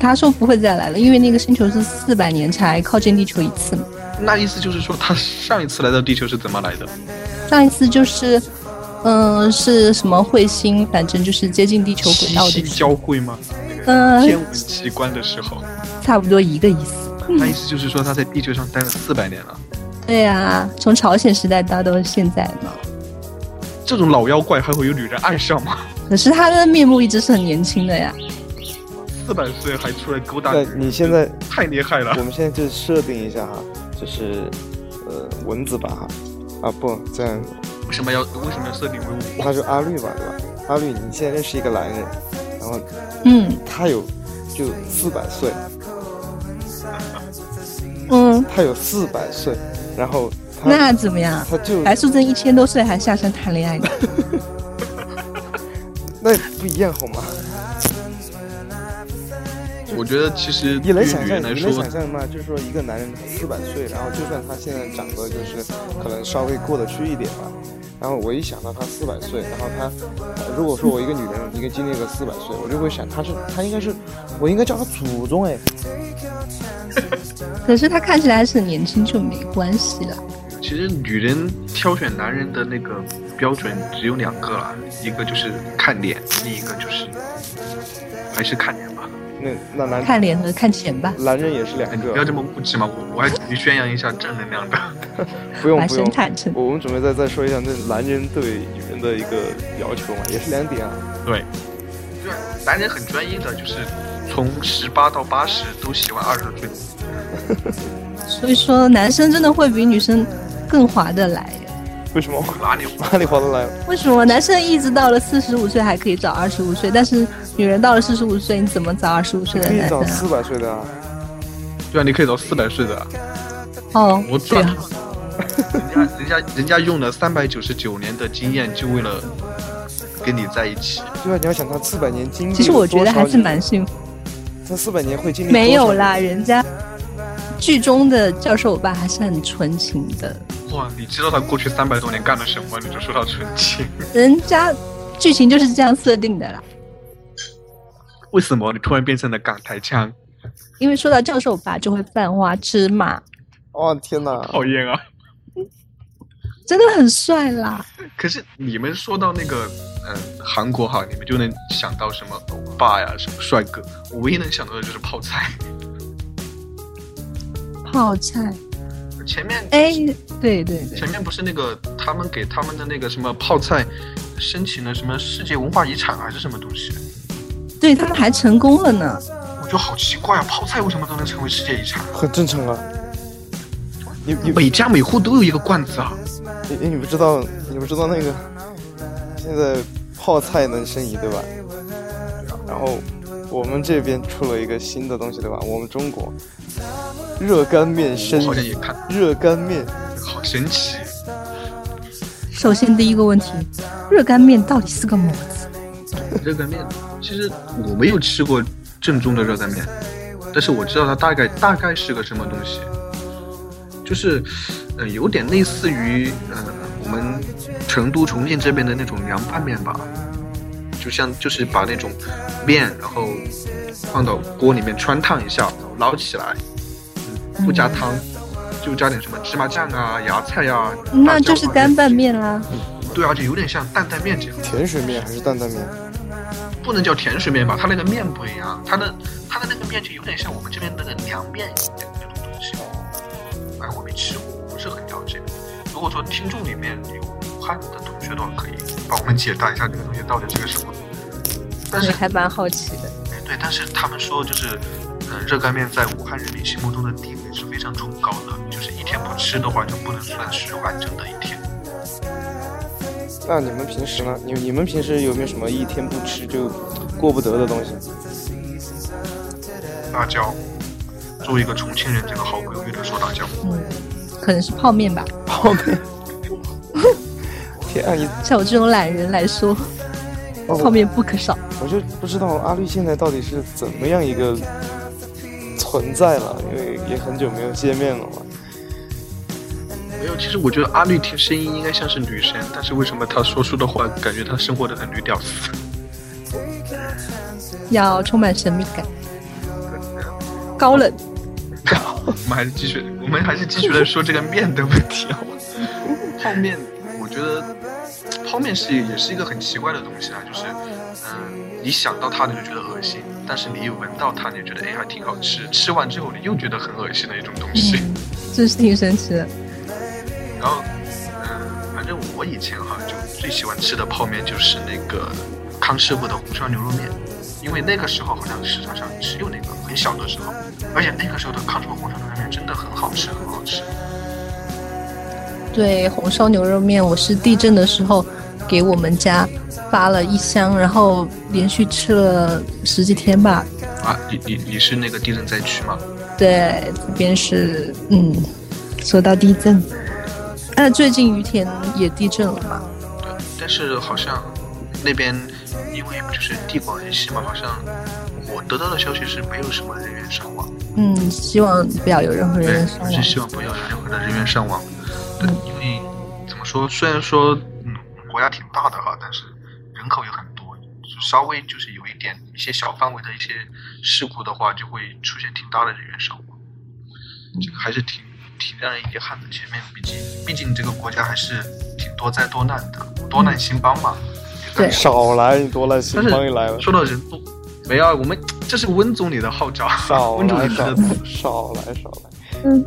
[SPEAKER 3] 他说不会再来了，因为那个星球是四百年才靠近地球一次嘛。
[SPEAKER 1] 那意思就是说他上一次来到地球是怎么来的？
[SPEAKER 3] 上一次就是，嗯、是什么彗星，反正就是接近地球轨道
[SPEAKER 1] 七
[SPEAKER 3] 的
[SPEAKER 1] 夕，交汇吗？
[SPEAKER 3] 嗯
[SPEAKER 1] 天文奇观的时候，
[SPEAKER 3] 差不多一个意思。
[SPEAKER 2] 嗯
[SPEAKER 1] 那意思就是说他在地球上待了四百年了。
[SPEAKER 3] 对啊，从朝鲜时代到到现在嘛。
[SPEAKER 1] 这种老妖怪还会有女人爱上吗？
[SPEAKER 3] 可是他的面目一直是很年轻的呀。
[SPEAKER 1] 四百岁还出来勾搭
[SPEAKER 2] 那
[SPEAKER 1] 女人，
[SPEAKER 2] 你现在，
[SPEAKER 1] 太厉害 了
[SPEAKER 2] 我！们现在就设定一下哈，就是呃蚊子吧哈，啊不，这样
[SPEAKER 1] 为什么要为什么要设定为我？
[SPEAKER 2] 他是阿绿吧，对吧？阿绿，你现在认识一个男人，然后
[SPEAKER 3] 嗯
[SPEAKER 2] 他有就四百岁，
[SPEAKER 3] 嗯，
[SPEAKER 2] 他有四百岁，然后他
[SPEAKER 3] 那怎么样？
[SPEAKER 2] 他就
[SPEAKER 3] 白素贞一千多岁还 下山谈恋爱呢，
[SPEAKER 2] 那不一样好吗？
[SPEAKER 1] 我觉得其实
[SPEAKER 2] 你
[SPEAKER 1] 对
[SPEAKER 2] 能
[SPEAKER 1] 于
[SPEAKER 2] 想
[SPEAKER 1] 女
[SPEAKER 2] 象，
[SPEAKER 1] 人来
[SPEAKER 2] 你
[SPEAKER 1] 说
[SPEAKER 2] 能，想象吗？就是说一个男人四百岁，然后就算他现在长得就是可能稍微过得去一点吧，然后我一想到他四百岁，然后他、呃如果说我一个女人一个经历个四百岁，我就会想他是他应该是我应该叫他祖宗哎，
[SPEAKER 3] 可是他看起来还是很年轻，就没关系了。
[SPEAKER 1] 其实女人挑选男人的那个标准只有两个了，一个就是看脸，另一个就是还是看脸吧。
[SPEAKER 2] 那那男
[SPEAKER 3] 看脸和看钱吧，
[SPEAKER 2] 男人也是两
[SPEAKER 1] 哎你
[SPEAKER 2] 个
[SPEAKER 1] 不要，这么物质嘛，我我还去宣扬一下正能量的。
[SPEAKER 2] 不用
[SPEAKER 3] 满
[SPEAKER 2] 不
[SPEAKER 3] 身
[SPEAKER 2] 用，
[SPEAKER 3] 坦诚。
[SPEAKER 2] 我我们准备再再说一下那男人对女人的一个要求嘛，也是两点啊。
[SPEAKER 1] 对，对，男人很专一的，就是从十八到八十都喜欢二十岁。
[SPEAKER 3] 所以说，男生真的会比女生更划得来。
[SPEAKER 2] 为什么？
[SPEAKER 1] 哪里？
[SPEAKER 2] 哪里划得来？
[SPEAKER 3] 为什么男生一直到了四十五岁还可以找二十五岁，但是女人到了四十五岁，你怎么找二十五岁的
[SPEAKER 2] 可以
[SPEAKER 3] 男生
[SPEAKER 2] 找
[SPEAKER 3] 啊？
[SPEAKER 2] 四百岁的啊。
[SPEAKER 1] 对啊，你可以找四百岁的啊，
[SPEAKER 3] 哦，
[SPEAKER 1] 我
[SPEAKER 3] 对
[SPEAKER 1] 赚
[SPEAKER 3] 啊，
[SPEAKER 1] 人家人家人家用了三百九十九年的经验，就为了跟你在一起。
[SPEAKER 2] 对啊，你要想他四百年经历，
[SPEAKER 3] 其实我觉得还是蛮幸福。
[SPEAKER 2] 他四百年会经历
[SPEAKER 3] 没有
[SPEAKER 2] 多少
[SPEAKER 3] 啦，人家剧中的教授欧巴还是很纯情的，
[SPEAKER 1] 哇，你知道他过去三百多年干了什么，你就说他纯情？
[SPEAKER 3] 人家剧情就是这样设定的啦。
[SPEAKER 1] 为什么你突然变成了港台腔？
[SPEAKER 3] 因为说到教授欧巴，就会犯花痴嘛，
[SPEAKER 2] 哦天哪！
[SPEAKER 1] 讨厌啊！
[SPEAKER 3] 真的很帅啦。
[SPEAKER 1] 可是你们说到那个，嗯、韩国哈，你们就能想到什么欧巴呀，什么帅哥。我唯一能想到的就是泡菜。
[SPEAKER 3] 泡菜，
[SPEAKER 1] 前面
[SPEAKER 3] 哎，对对对
[SPEAKER 1] 前，面不是那个他们给他们的那个什么泡菜申请了什么世界文化遗产啊还是什么东西？
[SPEAKER 3] 对他们还成功了呢。
[SPEAKER 1] 我觉得好奇怪啊，泡菜为什么都能成为世界遗产？
[SPEAKER 2] 很正常啊。你你
[SPEAKER 1] 每家每户都有一个罐子啊！
[SPEAKER 2] 你你不知道你不知道那个现在泡菜能申遗对吧？然后我们这边出了一个新的东西对吧？我们中国热干面申
[SPEAKER 1] 我好像
[SPEAKER 2] 遗，
[SPEAKER 1] 也看，
[SPEAKER 2] 热干面
[SPEAKER 1] 好神奇。
[SPEAKER 3] 首先第一个问题，热干面到底是个么子？
[SPEAKER 1] 热干面，其实我没有吃过正宗的热干面，但是我知道它大概大概是个什么东西，就是，呃，有点类似于呃我们成都、重庆这边的那种凉拌面吧，就像就是把那种面然后放到锅里面穿烫一下，然后捞起来，嗯不加汤，就加点什么芝麻酱啊、芽菜呀、啊，
[SPEAKER 3] 那就是干拌
[SPEAKER 1] 面。
[SPEAKER 3] 面啦。
[SPEAKER 1] 对啊，就有点像担担面这样。
[SPEAKER 2] 甜水面还是担担面？
[SPEAKER 1] 不能叫甜水面吧，它那个面不一样，它的它的那个面就有点像我们这边那个凉面那种东西。哎，我没吃过，我不是很了解。如果说听众里面有武汉的同学的话，可以帮我们解答一下这个东西到底是个什么。但
[SPEAKER 3] 对，
[SPEAKER 1] 是，
[SPEAKER 3] 还蛮好奇的。
[SPEAKER 1] 对，但是他们说就是，呃，热干面在武汉人民心目中的地位是非常崇高的，就是一天不吃的话就不能算是完整的一天。
[SPEAKER 2] 那你们平时呢？你你们平时有没有什么一天不吃就过不得的东西？
[SPEAKER 1] 辣椒，作为一个重庆人，这个毫不犹豫的说辣椒。
[SPEAKER 3] 嗯，可能是泡面吧。
[SPEAKER 2] 泡面。 天啊，你
[SPEAKER 3] 像我这种懒人来说，
[SPEAKER 2] 哦
[SPEAKER 3] 泡面不可少。
[SPEAKER 2] 我就不知道阿绿现在到底是怎么样一个存在了，因为也很久没有见面了嘛。
[SPEAKER 1] 没有，其实我觉得阿绿听声音应该像是女生，但是为什么她说出的话感觉她生活的很女屌丝？
[SPEAKER 3] 要充满神秘感，高冷。
[SPEAKER 1] 我们还是继续，我们还是继续来说这个面的问题好吧？泡面，我觉得泡面是也是一个很奇怪的东西啊，就是嗯，你想到它你就觉得恶心，但是你一闻到它，你就觉得哎还挺好吃，吃完之后你又觉得很恶心的一种东西。
[SPEAKER 3] 嗯，真是挺神奇的。
[SPEAKER 1] 然后，嗯，反正我以前哈就最喜欢吃的泡面就是那个康师傅的红烧牛肉面，因为那个时候好像市场上只有那个，很小的时候，而且那个时候的康师傅红烧牛肉面真的很好吃，很好吃。
[SPEAKER 3] 对，红烧牛肉面，我是地震的时候给我们家发了一箱，然后连续吃了十几天吧。
[SPEAKER 1] 啊，你你你是那个地震灾区吗？
[SPEAKER 3] 对，这边是嗯，说到地震，嗯那、最近于田也地震了嘛？
[SPEAKER 1] 对，但是好像那边因为就是地广人稀嘛，好像我得到的消息是没有什么人员伤亡。
[SPEAKER 3] 嗯，希望不要有任何人员伤亡。
[SPEAKER 1] 是希嗯望不要有任何的人员伤亡。对，因为怎么说，虽然说嗯国家挺大的哈，但是人口也很多，就稍微就是有一点一些小范围的一些事故的话，就会出现挺大的人员伤亡。这个还是挺挺让人遗憾的。前面毕竟毕竟这个国家还是挺多灾多难的，多难兴邦嘛。
[SPEAKER 3] 对，
[SPEAKER 2] 少来，你多来新邦一来了。
[SPEAKER 1] 说到人多，没有、啊，我们这是温总理的号召，
[SPEAKER 2] 少
[SPEAKER 1] 温总理
[SPEAKER 2] 少
[SPEAKER 1] 的。
[SPEAKER 2] 少来少来。
[SPEAKER 3] 嗯，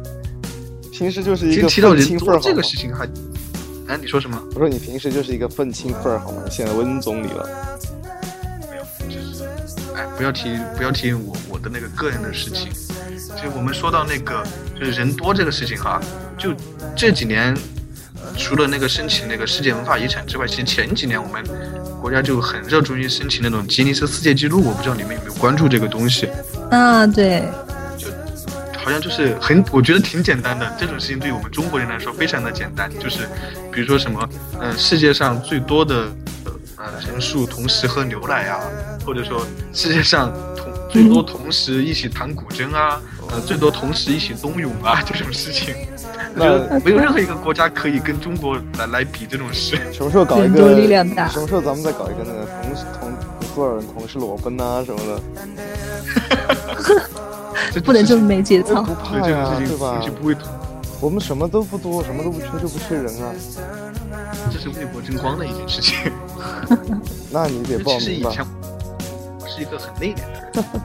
[SPEAKER 2] 平时就是
[SPEAKER 1] 其
[SPEAKER 2] 一
[SPEAKER 1] 实
[SPEAKER 2] 个
[SPEAKER 1] 提到
[SPEAKER 2] 愤
[SPEAKER 1] 人
[SPEAKER 2] 青份
[SPEAKER 1] 多
[SPEAKER 2] 儿，
[SPEAKER 1] 这
[SPEAKER 2] 好
[SPEAKER 1] 个
[SPEAKER 2] 吗？
[SPEAKER 1] 事情还，哎，你说什么？
[SPEAKER 2] 我说你平时就是一个愤青份儿，好吗？你现在温总理了，
[SPEAKER 1] 哎，不要提不要提我我的那个个人的事情。就我们说到那个就是人多这个事情哈、就这几年除了那个申请那个世界文化遗产之外，其实前几年我们国家就很热衷于申请那种吉尼斯世界纪录，我不知道你们有没有关注这个东西。
[SPEAKER 3] 啊，对，
[SPEAKER 1] 好像就是很，我觉得挺简单的。这种事情对于我们中国人来说非常的简单，就是比如说什么，嗯、世界上最多的呃人数同时喝牛奶啊，或者说世界上同最多同时一起弹古筝啊，呃，最多同时一起冬泳啊这种事情，我觉得没有任何一个国家可以跟中国来来比这种事。
[SPEAKER 2] 什么时候搞一
[SPEAKER 3] 人
[SPEAKER 2] 个？
[SPEAKER 3] 多力量大
[SPEAKER 2] 什么时候咱们再搞一个那个同时同多少人同时裸奔呐、什么的？
[SPEAKER 3] 不能这么没节 操。
[SPEAKER 2] 不
[SPEAKER 1] 对
[SPEAKER 2] 怕
[SPEAKER 1] 这
[SPEAKER 2] 哎呀、
[SPEAKER 1] 种事
[SPEAKER 2] 对
[SPEAKER 1] 情
[SPEAKER 2] 吧
[SPEAKER 1] 就？不会，
[SPEAKER 2] 我们什么都不多，什么都不缺，就不缺人啊。
[SPEAKER 1] 这是为国争光的一件事情。
[SPEAKER 2] 那你得报
[SPEAKER 1] 其实
[SPEAKER 2] 名
[SPEAKER 1] 以
[SPEAKER 2] 吧。
[SPEAKER 1] 前我是一个很内敛的人，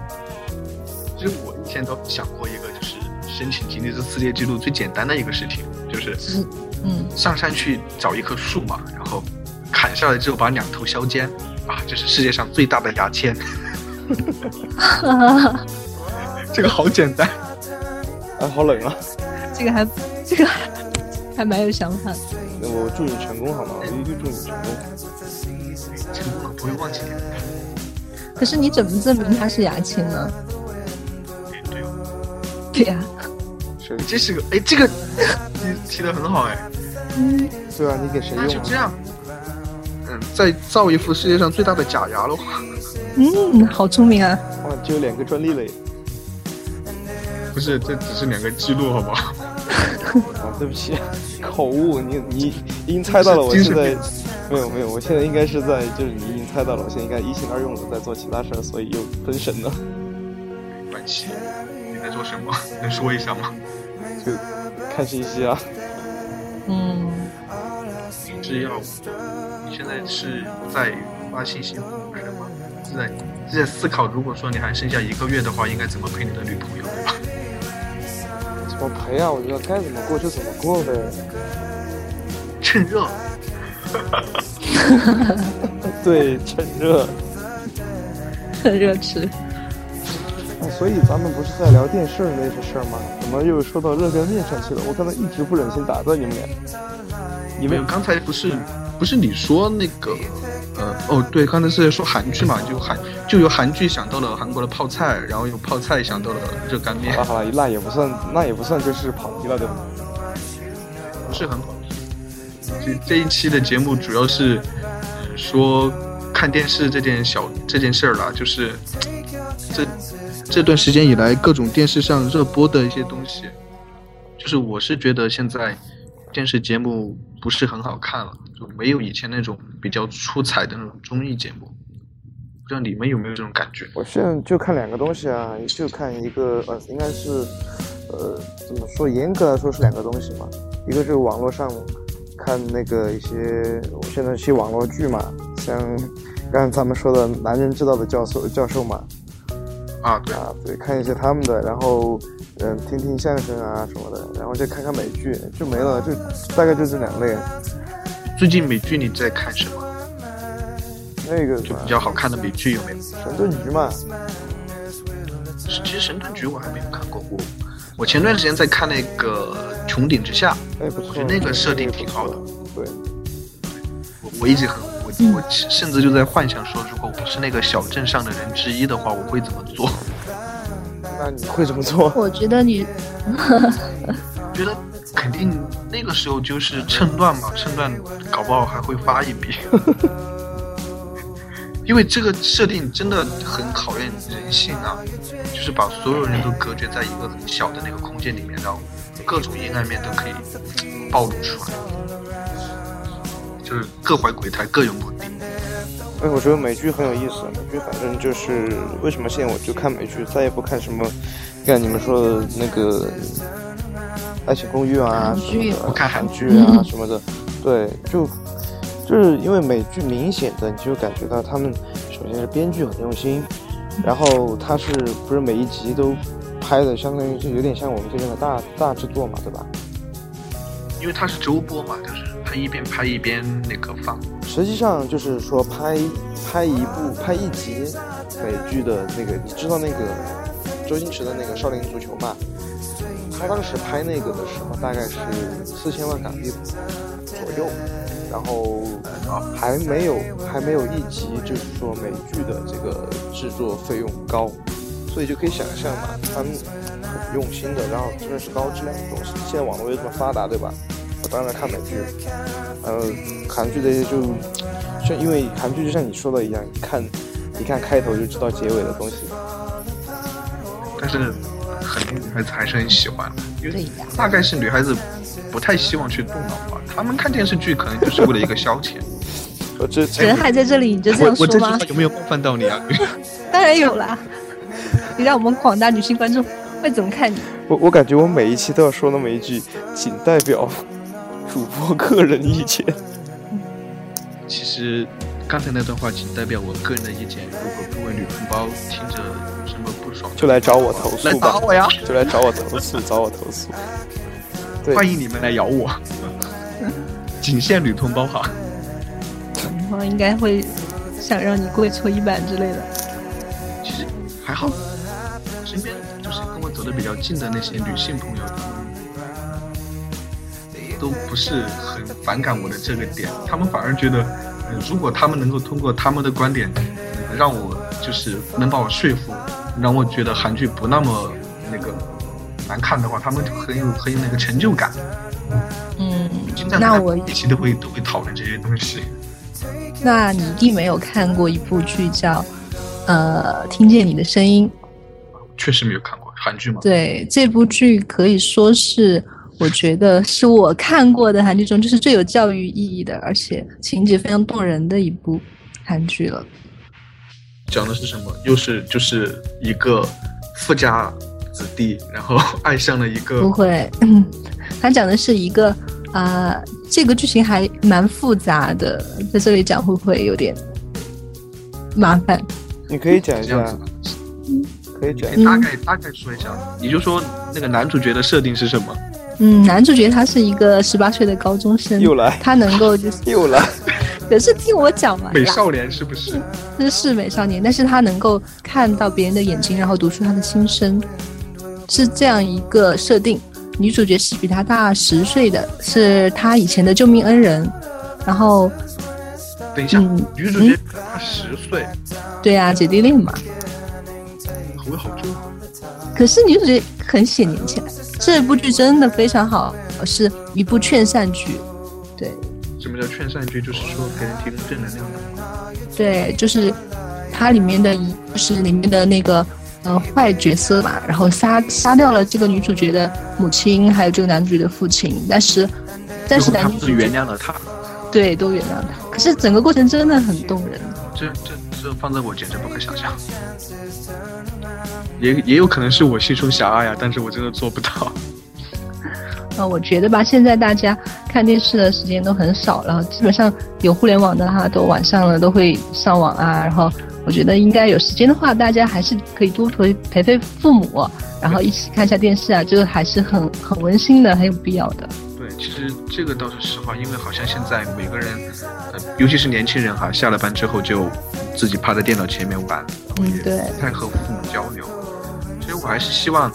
[SPEAKER 1] 就是我以前都想过一个，就是申请吉尼斯世界纪录最简单的一个事情，就是
[SPEAKER 3] 嗯，
[SPEAKER 1] 上山去找一棵树嘛，然后砍下来之后把两头削尖，啊，这是世界上最大的牙签， 这个好简单。
[SPEAKER 2] 哎，好冷啊！
[SPEAKER 3] 这个还这个还还蛮有想法的。
[SPEAKER 2] 那我祝你成功好吗？我一定祝你成功。
[SPEAKER 1] 成功了不会忘记你。
[SPEAKER 3] 可是你怎么证明他是牙签呢？
[SPEAKER 1] 哎，对哦，
[SPEAKER 3] 对呀、
[SPEAKER 2] 是，
[SPEAKER 1] 这是个哎，这个你提的很好哎。
[SPEAKER 3] 嗯，
[SPEAKER 2] 对啊，你给谁
[SPEAKER 1] 那就
[SPEAKER 2] 用啊
[SPEAKER 1] 这？样，嗯，再造一副世界上最大的假牙喽。
[SPEAKER 3] 嗯，好聪明啊！
[SPEAKER 2] 哇，只有两个专利了耶。
[SPEAKER 1] 不是，这只是两个记录，好不好？
[SPEAKER 2] 啊，对不起， 口误，你你已经猜到了，我
[SPEAKER 1] 精神
[SPEAKER 2] 现在
[SPEAKER 1] 病
[SPEAKER 2] 没有没有，我现在应该是在就是你已经猜到了，我现在应该一心二用的在做其他事儿，所以又分神了。
[SPEAKER 1] 没关系。你在做什么？ 能说一下吗？
[SPEAKER 2] 就看信息啊，
[SPEAKER 3] 嗯，
[SPEAKER 1] 是要你现在是在发信息还是吗？是在是在思考，如果说你还剩下一个月的话，应该怎么陪你的女朋友，啊对吧？
[SPEAKER 2] 怎么赔啊？我觉得该怎么过就怎么过呗。
[SPEAKER 1] 趁热，
[SPEAKER 2] 对，趁热。
[SPEAKER 3] 很热吃。
[SPEAKER 2] 哎所以咱们不是在聊电视那些事儿吗？怎么又说到热干面上去了？我刚才一直不忍心打断你们俩。
[SPEAKER 1] 你们刚才不是不是你说那个，呃，哦，对，刚才是说韩剧嘛，就韩就由韩剧想到了韩国的泡菜，然后由泡菜想到了热干面
[SPEAKER 2] 好了，啊好了，那也不算，那也不算就是跑题了，对吧？
[SPEAKER 1] 不是很好。这这一期的节目主要是呃说看电视这件小这件事儿啦，就是这这段时间以来各种电视上热播的一些东西，就是我是觉得现在电视节目不是很好看了，就没有以前那种比较出彩的那种综艺节目。不知道你们有没有这种感觉？
[SPEAKER 2] 我现在就看两个东西啊，就看一个呃，应该是呃，怎么说？严格来说是两个东西嘛，一个是网络上看那个一些，我现在去网络剧嘛，像刚才咱们说的《男人知道的教授》教授嘛，
[SPEAKER 1] 啊，对，
[SPEAKER 2] 啊，对，看一些他们的，然后嗯，听听相声啊什么的，然后再看看美剧，就没了，就大概就这两类。
[SPEAKER 1] 最近美剧你在看什么？
[SPEAKER 2] 那个
[SPEAKER 1] 就
[SPEAKER 2] 嘛
[SPEAKER 1] 比较好看的美剧有没有？
[SPEAKER 2] 神盾局嘛，
[SPEAKER 1] 其实《神盾局》我还没有看过，我我前段时间在看那个《穹顶之下》，
[SPEAKER 2] 哎，不错，
[SPEAKER 1] 觉得那个设定
[SPEAKER 2] 那不
[SPEAKER 1] 挺好的
[SPEAKER 2] 错，对。
[SPEAKER 1] 我我一直很我我甚至就在幻想说，如果我是那个小镇上的人之一的话，我会怎么做？
[SPEAKER 2] 那你会怎么 做？
[SPEAKER 3] 我觉得你
[SPEAKER 1] 觉得肯定那个时候就是趁乱嘛，趁乱搞不好还会发一笔。 因为这个设定真的很考验人性啊，就是把所有人都隔绝在一个很小的那个空间里面，然后各种阴暗面都可以暴露出来，就是各怀鬼胎，各有目的。
[SPEAKER 2] 哎，我觉得美剧很有意思，美剧反正就是为什么现在我就看美剧，再也不看什么，像你们说的那个《爱情公寓》啊什么的，
[SPEAKER 1] 我看
[SPEAKER 2] 韩
[SPEAKER 1] 韩
[SPEAKER 2] 剧啊什么的，对，就就是因为美剧明显的你就感觉到他们首先是编剧很用心，然后他是不是每一集都拍的相当于就有点像我们这边的大大制作嘛，对吧？
[SPEAKER 1] 因为它是周播嘛，就是它一边拍一边那个放。
[SPEAKER 2] 实际上就是说拍拍一部拍一集美剧的那个，你知道那个周星驰的那个《少林足球》嘛？他当时拍那个的时候大概是四千万港币左右，然后还没有还没有一集就是说美剧的这个制作费用高，所以就可以想象嘛，他们很用心的，然后真的是高质量的东西。现在网络又这么发达，对吧？我当然看美剧，呃，韩剧这些就像因为韩剧就像你说的一样，一看一看开头就知道结尾的东西。
[SPEAKER 1] 但是很多女孩子还是很喜欢，因
[SPEAKER 3] 对
[SPEAKER 1] 为
[SPEAKER 3] 呀
[SPEAKER 1] 大概是女孩子不太希望去动脑吧，她们看电视剧可能就是为了一个消遣。
[SPEAKER 2] 我这
[SPEAKER 3] 人还在这里， 你就这
[SPEAKER 1] 哎我
[SPEAKER 3] 样
[SPEAKER 1] 我
[SPEAKER 3] 说
[SPEAKER 1] 这句
[SPEAKER 3] 吗
[SPEAKER 1] 话？有没有冒犯到你啊？
[SPEAKER 3] 当然有啦，你让我们广大女性观众会怎么看你？
[SPEAKER 2] 我我感觉我每一期都要说那么一句，仅代表 主播个人意见。
[SPEAKER 1] 其实刚才那段话仅代表我个人的意见，如果各位女同胞听着有什么不爽，
[SPEAKER 2] 就来找我投
[SPEAKER 1] 来
[SPEAKER 2] 诉
[SPEAKER 1] 打
[SPEAKER 2] 吧，
[SPEAKER 1] 我呀！
[SPEAKER 2] 就来找我投诉，找我投诉。对
[SPEAKER 1] 欢迎你们来咬我， 仅限女同胞哈。
[SPEAKER 3] 然后应该会想让你跪搓衣板之类的。
[SPEAKER 1] 其实还好，身边就是跟我走的比较近的那些女性朋友，都不是很反感我的这个点，他们反而觉得，呃如果他们能够通过他们的观点，呃让我就是能把我说服，让我觉得韩剧不那么那个难看的话，他们就很有很有那个成就感。
[SPEAKER 3] 嗯
[SPEAKER 1] 现在，
[SPEAKER 3] 那我
[SPEAKER 1] 每期都会都会讨论这些东西。
[SPEAKER 3] 那你一定没有看过一部剧叫呃《听见你的声音》。
[SPEAKER 1] 确实没有看过韩剧嘛，
[SPEAKER 3] 对，这部剧可以说是我觉得是我看过的韩剧中就是最有教育意义的，而且情节非常动人的一部韩剧了。
[SPEAKER 1] 讲的是什么？又是就是一个富家子弟，然后 爱上了一个
[SPEAKER 3] 不会， 嗯，它讲的是一个啊、这个剧情还蛮复杂的，在这里讲会不会有点麻烦？
[SPEAKER 2] 你可以讲一
[SPEAKER 1] 这
[SPEAKER 2] 下
[SPEAKER 1] 样，子。
[SPEAKER 2] 可以讲一下。
[SPEAKER 1] 你
[SPEAKER 3] 嗯
[SPEAKER 1] 大概大概说一下，你就说那个男主角的设定是什么？
[SPEAKER 3] 嗯，男主角他是一个十八岁的高中生，
[SPEAKER 2] 又来
[SPEAKER 3] 他能够就是，
[SPEAKER 2] 又来，
[SPEAKER 3] 可是听我讲完
[SPEAKER 1] 美
[SPEAKER 3] 啦，
[SPEAKER 1] 少年是不是？
[SPEAKER 3] 这是美少年，但是他能够看到别人的眼睛，然后读出他的心声，是这样一个设定。女主角是比他大十岁的，是他以前的救命恩人，然后
[SPEAKER 1] 等一下
[SPEAKER 3] 嗯，
[SPEAKER 1] 女主角比他大十岁，
[SPEAKER 3] 对啊，姐弟恋嘛。
[SPEAKER 1] 口味好重啊。
[SPEAKER 3] 可是女主角很显年轻，啊这部剧真的非常好，是一部劝善剧。对
[SPEAKER 1] 什么叫劝善剧？就是说给人提供正能量的。
[SPEAKER 3] 对，就是它里面的一，就是里面的那个呃坏角色嘛，然后杀杀掉了这个女主角的母亲，还有这个男主角的父亲，但是但是
[SPEAKER 1] 最后他
[SPEAKER 3] 男主
[SPEAKER 1] 们
[SPEAKER 3] 角
[SPEAKER 1] 是原谅了他。
[SPEAKER 3] 对都原谅他，可是整个过程真的很动人。
[SPEAKER 1] 这这这放在我简直不可想象。也也有可能是我心胸狭隘啊，但是我真的做不到。
[SPEAKER 3] 呃，我觉得吧，现在大家看电视的时间都很少了，基本上有互联网的哈，都晚上了都会上网啊。然后我觉得应该有时间的话，大家还是可以多陪陪陪父母，然后一起看一下电视啊，就是还是很很温馨的，很有必要的。
[SPEAKER 1] 对，其实这个倒是实话，因为好像现在每个人，呃，尤其是年轻人哈，下了班之后就自己趴在电脑前面玩，
[SPEAKER 3] 嗯
[SPEAKER 1] 也
[SPEAKER 3] 对
[SPEAKER 1] 不太和父母交流。所以我还是希望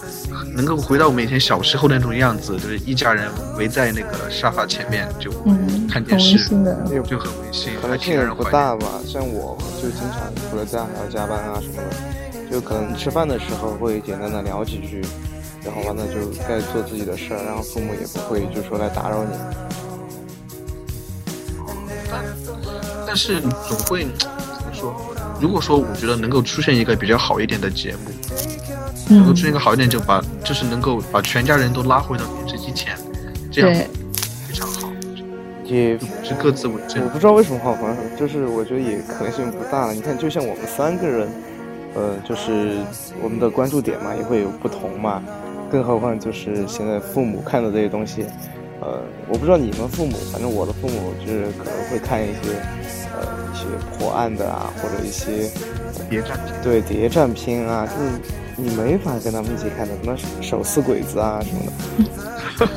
[SPEAKER 1] 能够回到我们以前小时候的那种样子，就是一家人围在那个沙发前面就
[SPEAKER 3] 嗯，
[SPEAKER 1] 看
[SPEAKER 3] 很
[SPEAKER 1] 电
[SPEAKER 3] 温
[SPEAKER 1] 视，
[SPEAKER 3] 馨的。
[SPEAKER 2] 又
[SPEAKER 1] 就很温馨，
[SPEAKER 2] 可
[SPEAKER 1] 还
[SPEAKER 2] 能
[SPEAKER 1] 挺
[SPEAKER 2] 性
[SPEAKER 1] 让
[SPEAKER 2] 格
[SPEAKER 1] 人
[SPEAKER 2] 不
[SPEAKER 1] 怀念。
[SPEAKER 2] 大吧，像我就经常除了家还要加班啊什么的，就可能吃饭的时候会简单的聊几句，然后完了就该做自己的事儿，然后父母也不会就说来打扰你。
[SPEAKER 1] 但是总会怎么说？如果说我觉得能够出现一个比较好一点的节目，能够
[SPEAKER 3] 嗯
[SPEAKER 1] 出，现一个好一点，就把就是能够把全家人都拉回到电视机前，这样
[SPEAKER 3] 嗯对，
[SPEAKER 1] 非常好，
[SPEAKER 2] 也
[SPEAKER 1] 是各自为政
[SPEAKER 2] 我。不知道为什么好像就是我觉得也可能性不大了。你看，就像我们三个人，呃，就是我们的关注点嘛，也会有不同嘛。更何况就是现在父母看的这些东西，呃，我不知道你们父母，反正我的父母就是可能会看一些，呃，一些破案的啊，或者一些
[SPEAKER 1] 别站起来
[SPEAKER 2] 对谍战片啊，就是你没法跟他们一起看的，什么手撕鬼子啊什么的。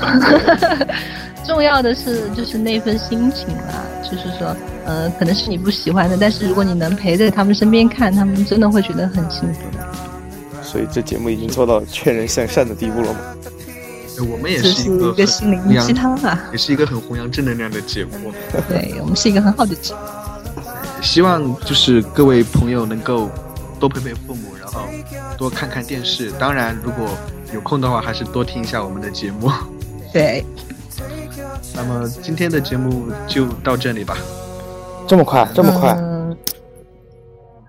[SPEAKER 3] 重要的是就是那份心情啊，就是说，呃，可能是你不喜欢的，但是如果你能陪在他们身边看，他们真的会觉得很幸福的。
[SPEAKER 2] 所以这节目已经做到劝人向善的地步了嘛？
[SPEAKER 1] 我们也
[SPEAKER 3] 这
[SPEAKER 1] 是
[SPEAKER 3] 是
[SPEAKER 1] 一
[SPEAKER 3] 一
[SPEAKER 1] 个
[SPEAKER 3] 个
[SPEAKER 1] 很
[SPEAKER 3] 心灵
[SPEAKER 1] 弘扬
[SPEAKER 3] 鸡，汤啊，
[SPEAKER 1] 也是一个很弘扬正能量的节目。
[SPEAKER 3] 对我们是一个很好的节目。
[SPEAKER 1] 希望就是各位朋友能够多陪陪父母，然后多看看电视。当然，如果有空的话，还是多听一下我们的节目。
[SPEAKER 3] 对，
[SPEAKER 1] 那么今天的节目就到这里吧。
[SPEAKER 2] 这么快，这么快。
[SPEAKER 3] 嗯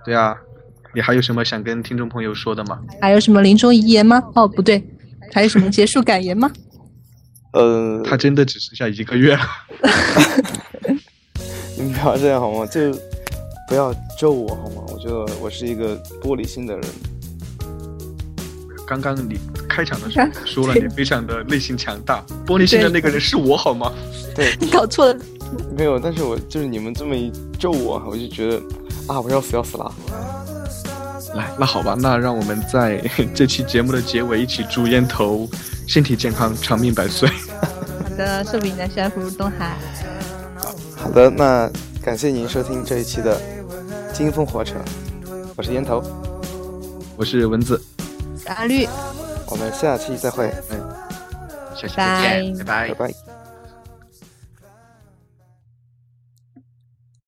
[SPEAKER 1] 对啊，你还有什么想跟听众朋友说的吗？
[SPEAKER 3] 还有什么临终遗言吗？哦，不对，还有什么结束感言吗？
[SPEAKER 2] 呃，
[SPEAKER 1] 他真的只剩下一个月了。
[SPEAKER 2] 你们不要这样好吗？就不要咒我好吗？我觉得我是一个玻璃心的人。
[SPEAKER 1] 刚刚你开场的时 候说了，你非常的内心强大。玻璃心的那个人是我好吗？
[SPEAKER 3] 你搞错了，
[SPEAKER 2] 没有，但是我就是你们这么一咒我，我就觉得啊，我要死要死了。
[SPEAKER 1] 来，那好吧，那让我们在 这期节目的结尾一起祝烟头身体健康，长命百岁。
[SPEAKER 3] 好的，寿比南山，福如东海。
[SPEAKER 2] 好的，那感谢您收听这一期的金风火车，我是烟头，
[SPEAKER 1] 我是蚊子，
[SPEAKER 3] 阿绿，
[SPEAKER 2] 我们下期再会，
[SPEAKER 1] 下期
[SPEAKER 3] 拜
[SPEAKER 1] 再见，拜拜
[SPEAKER 2] 拜。拜。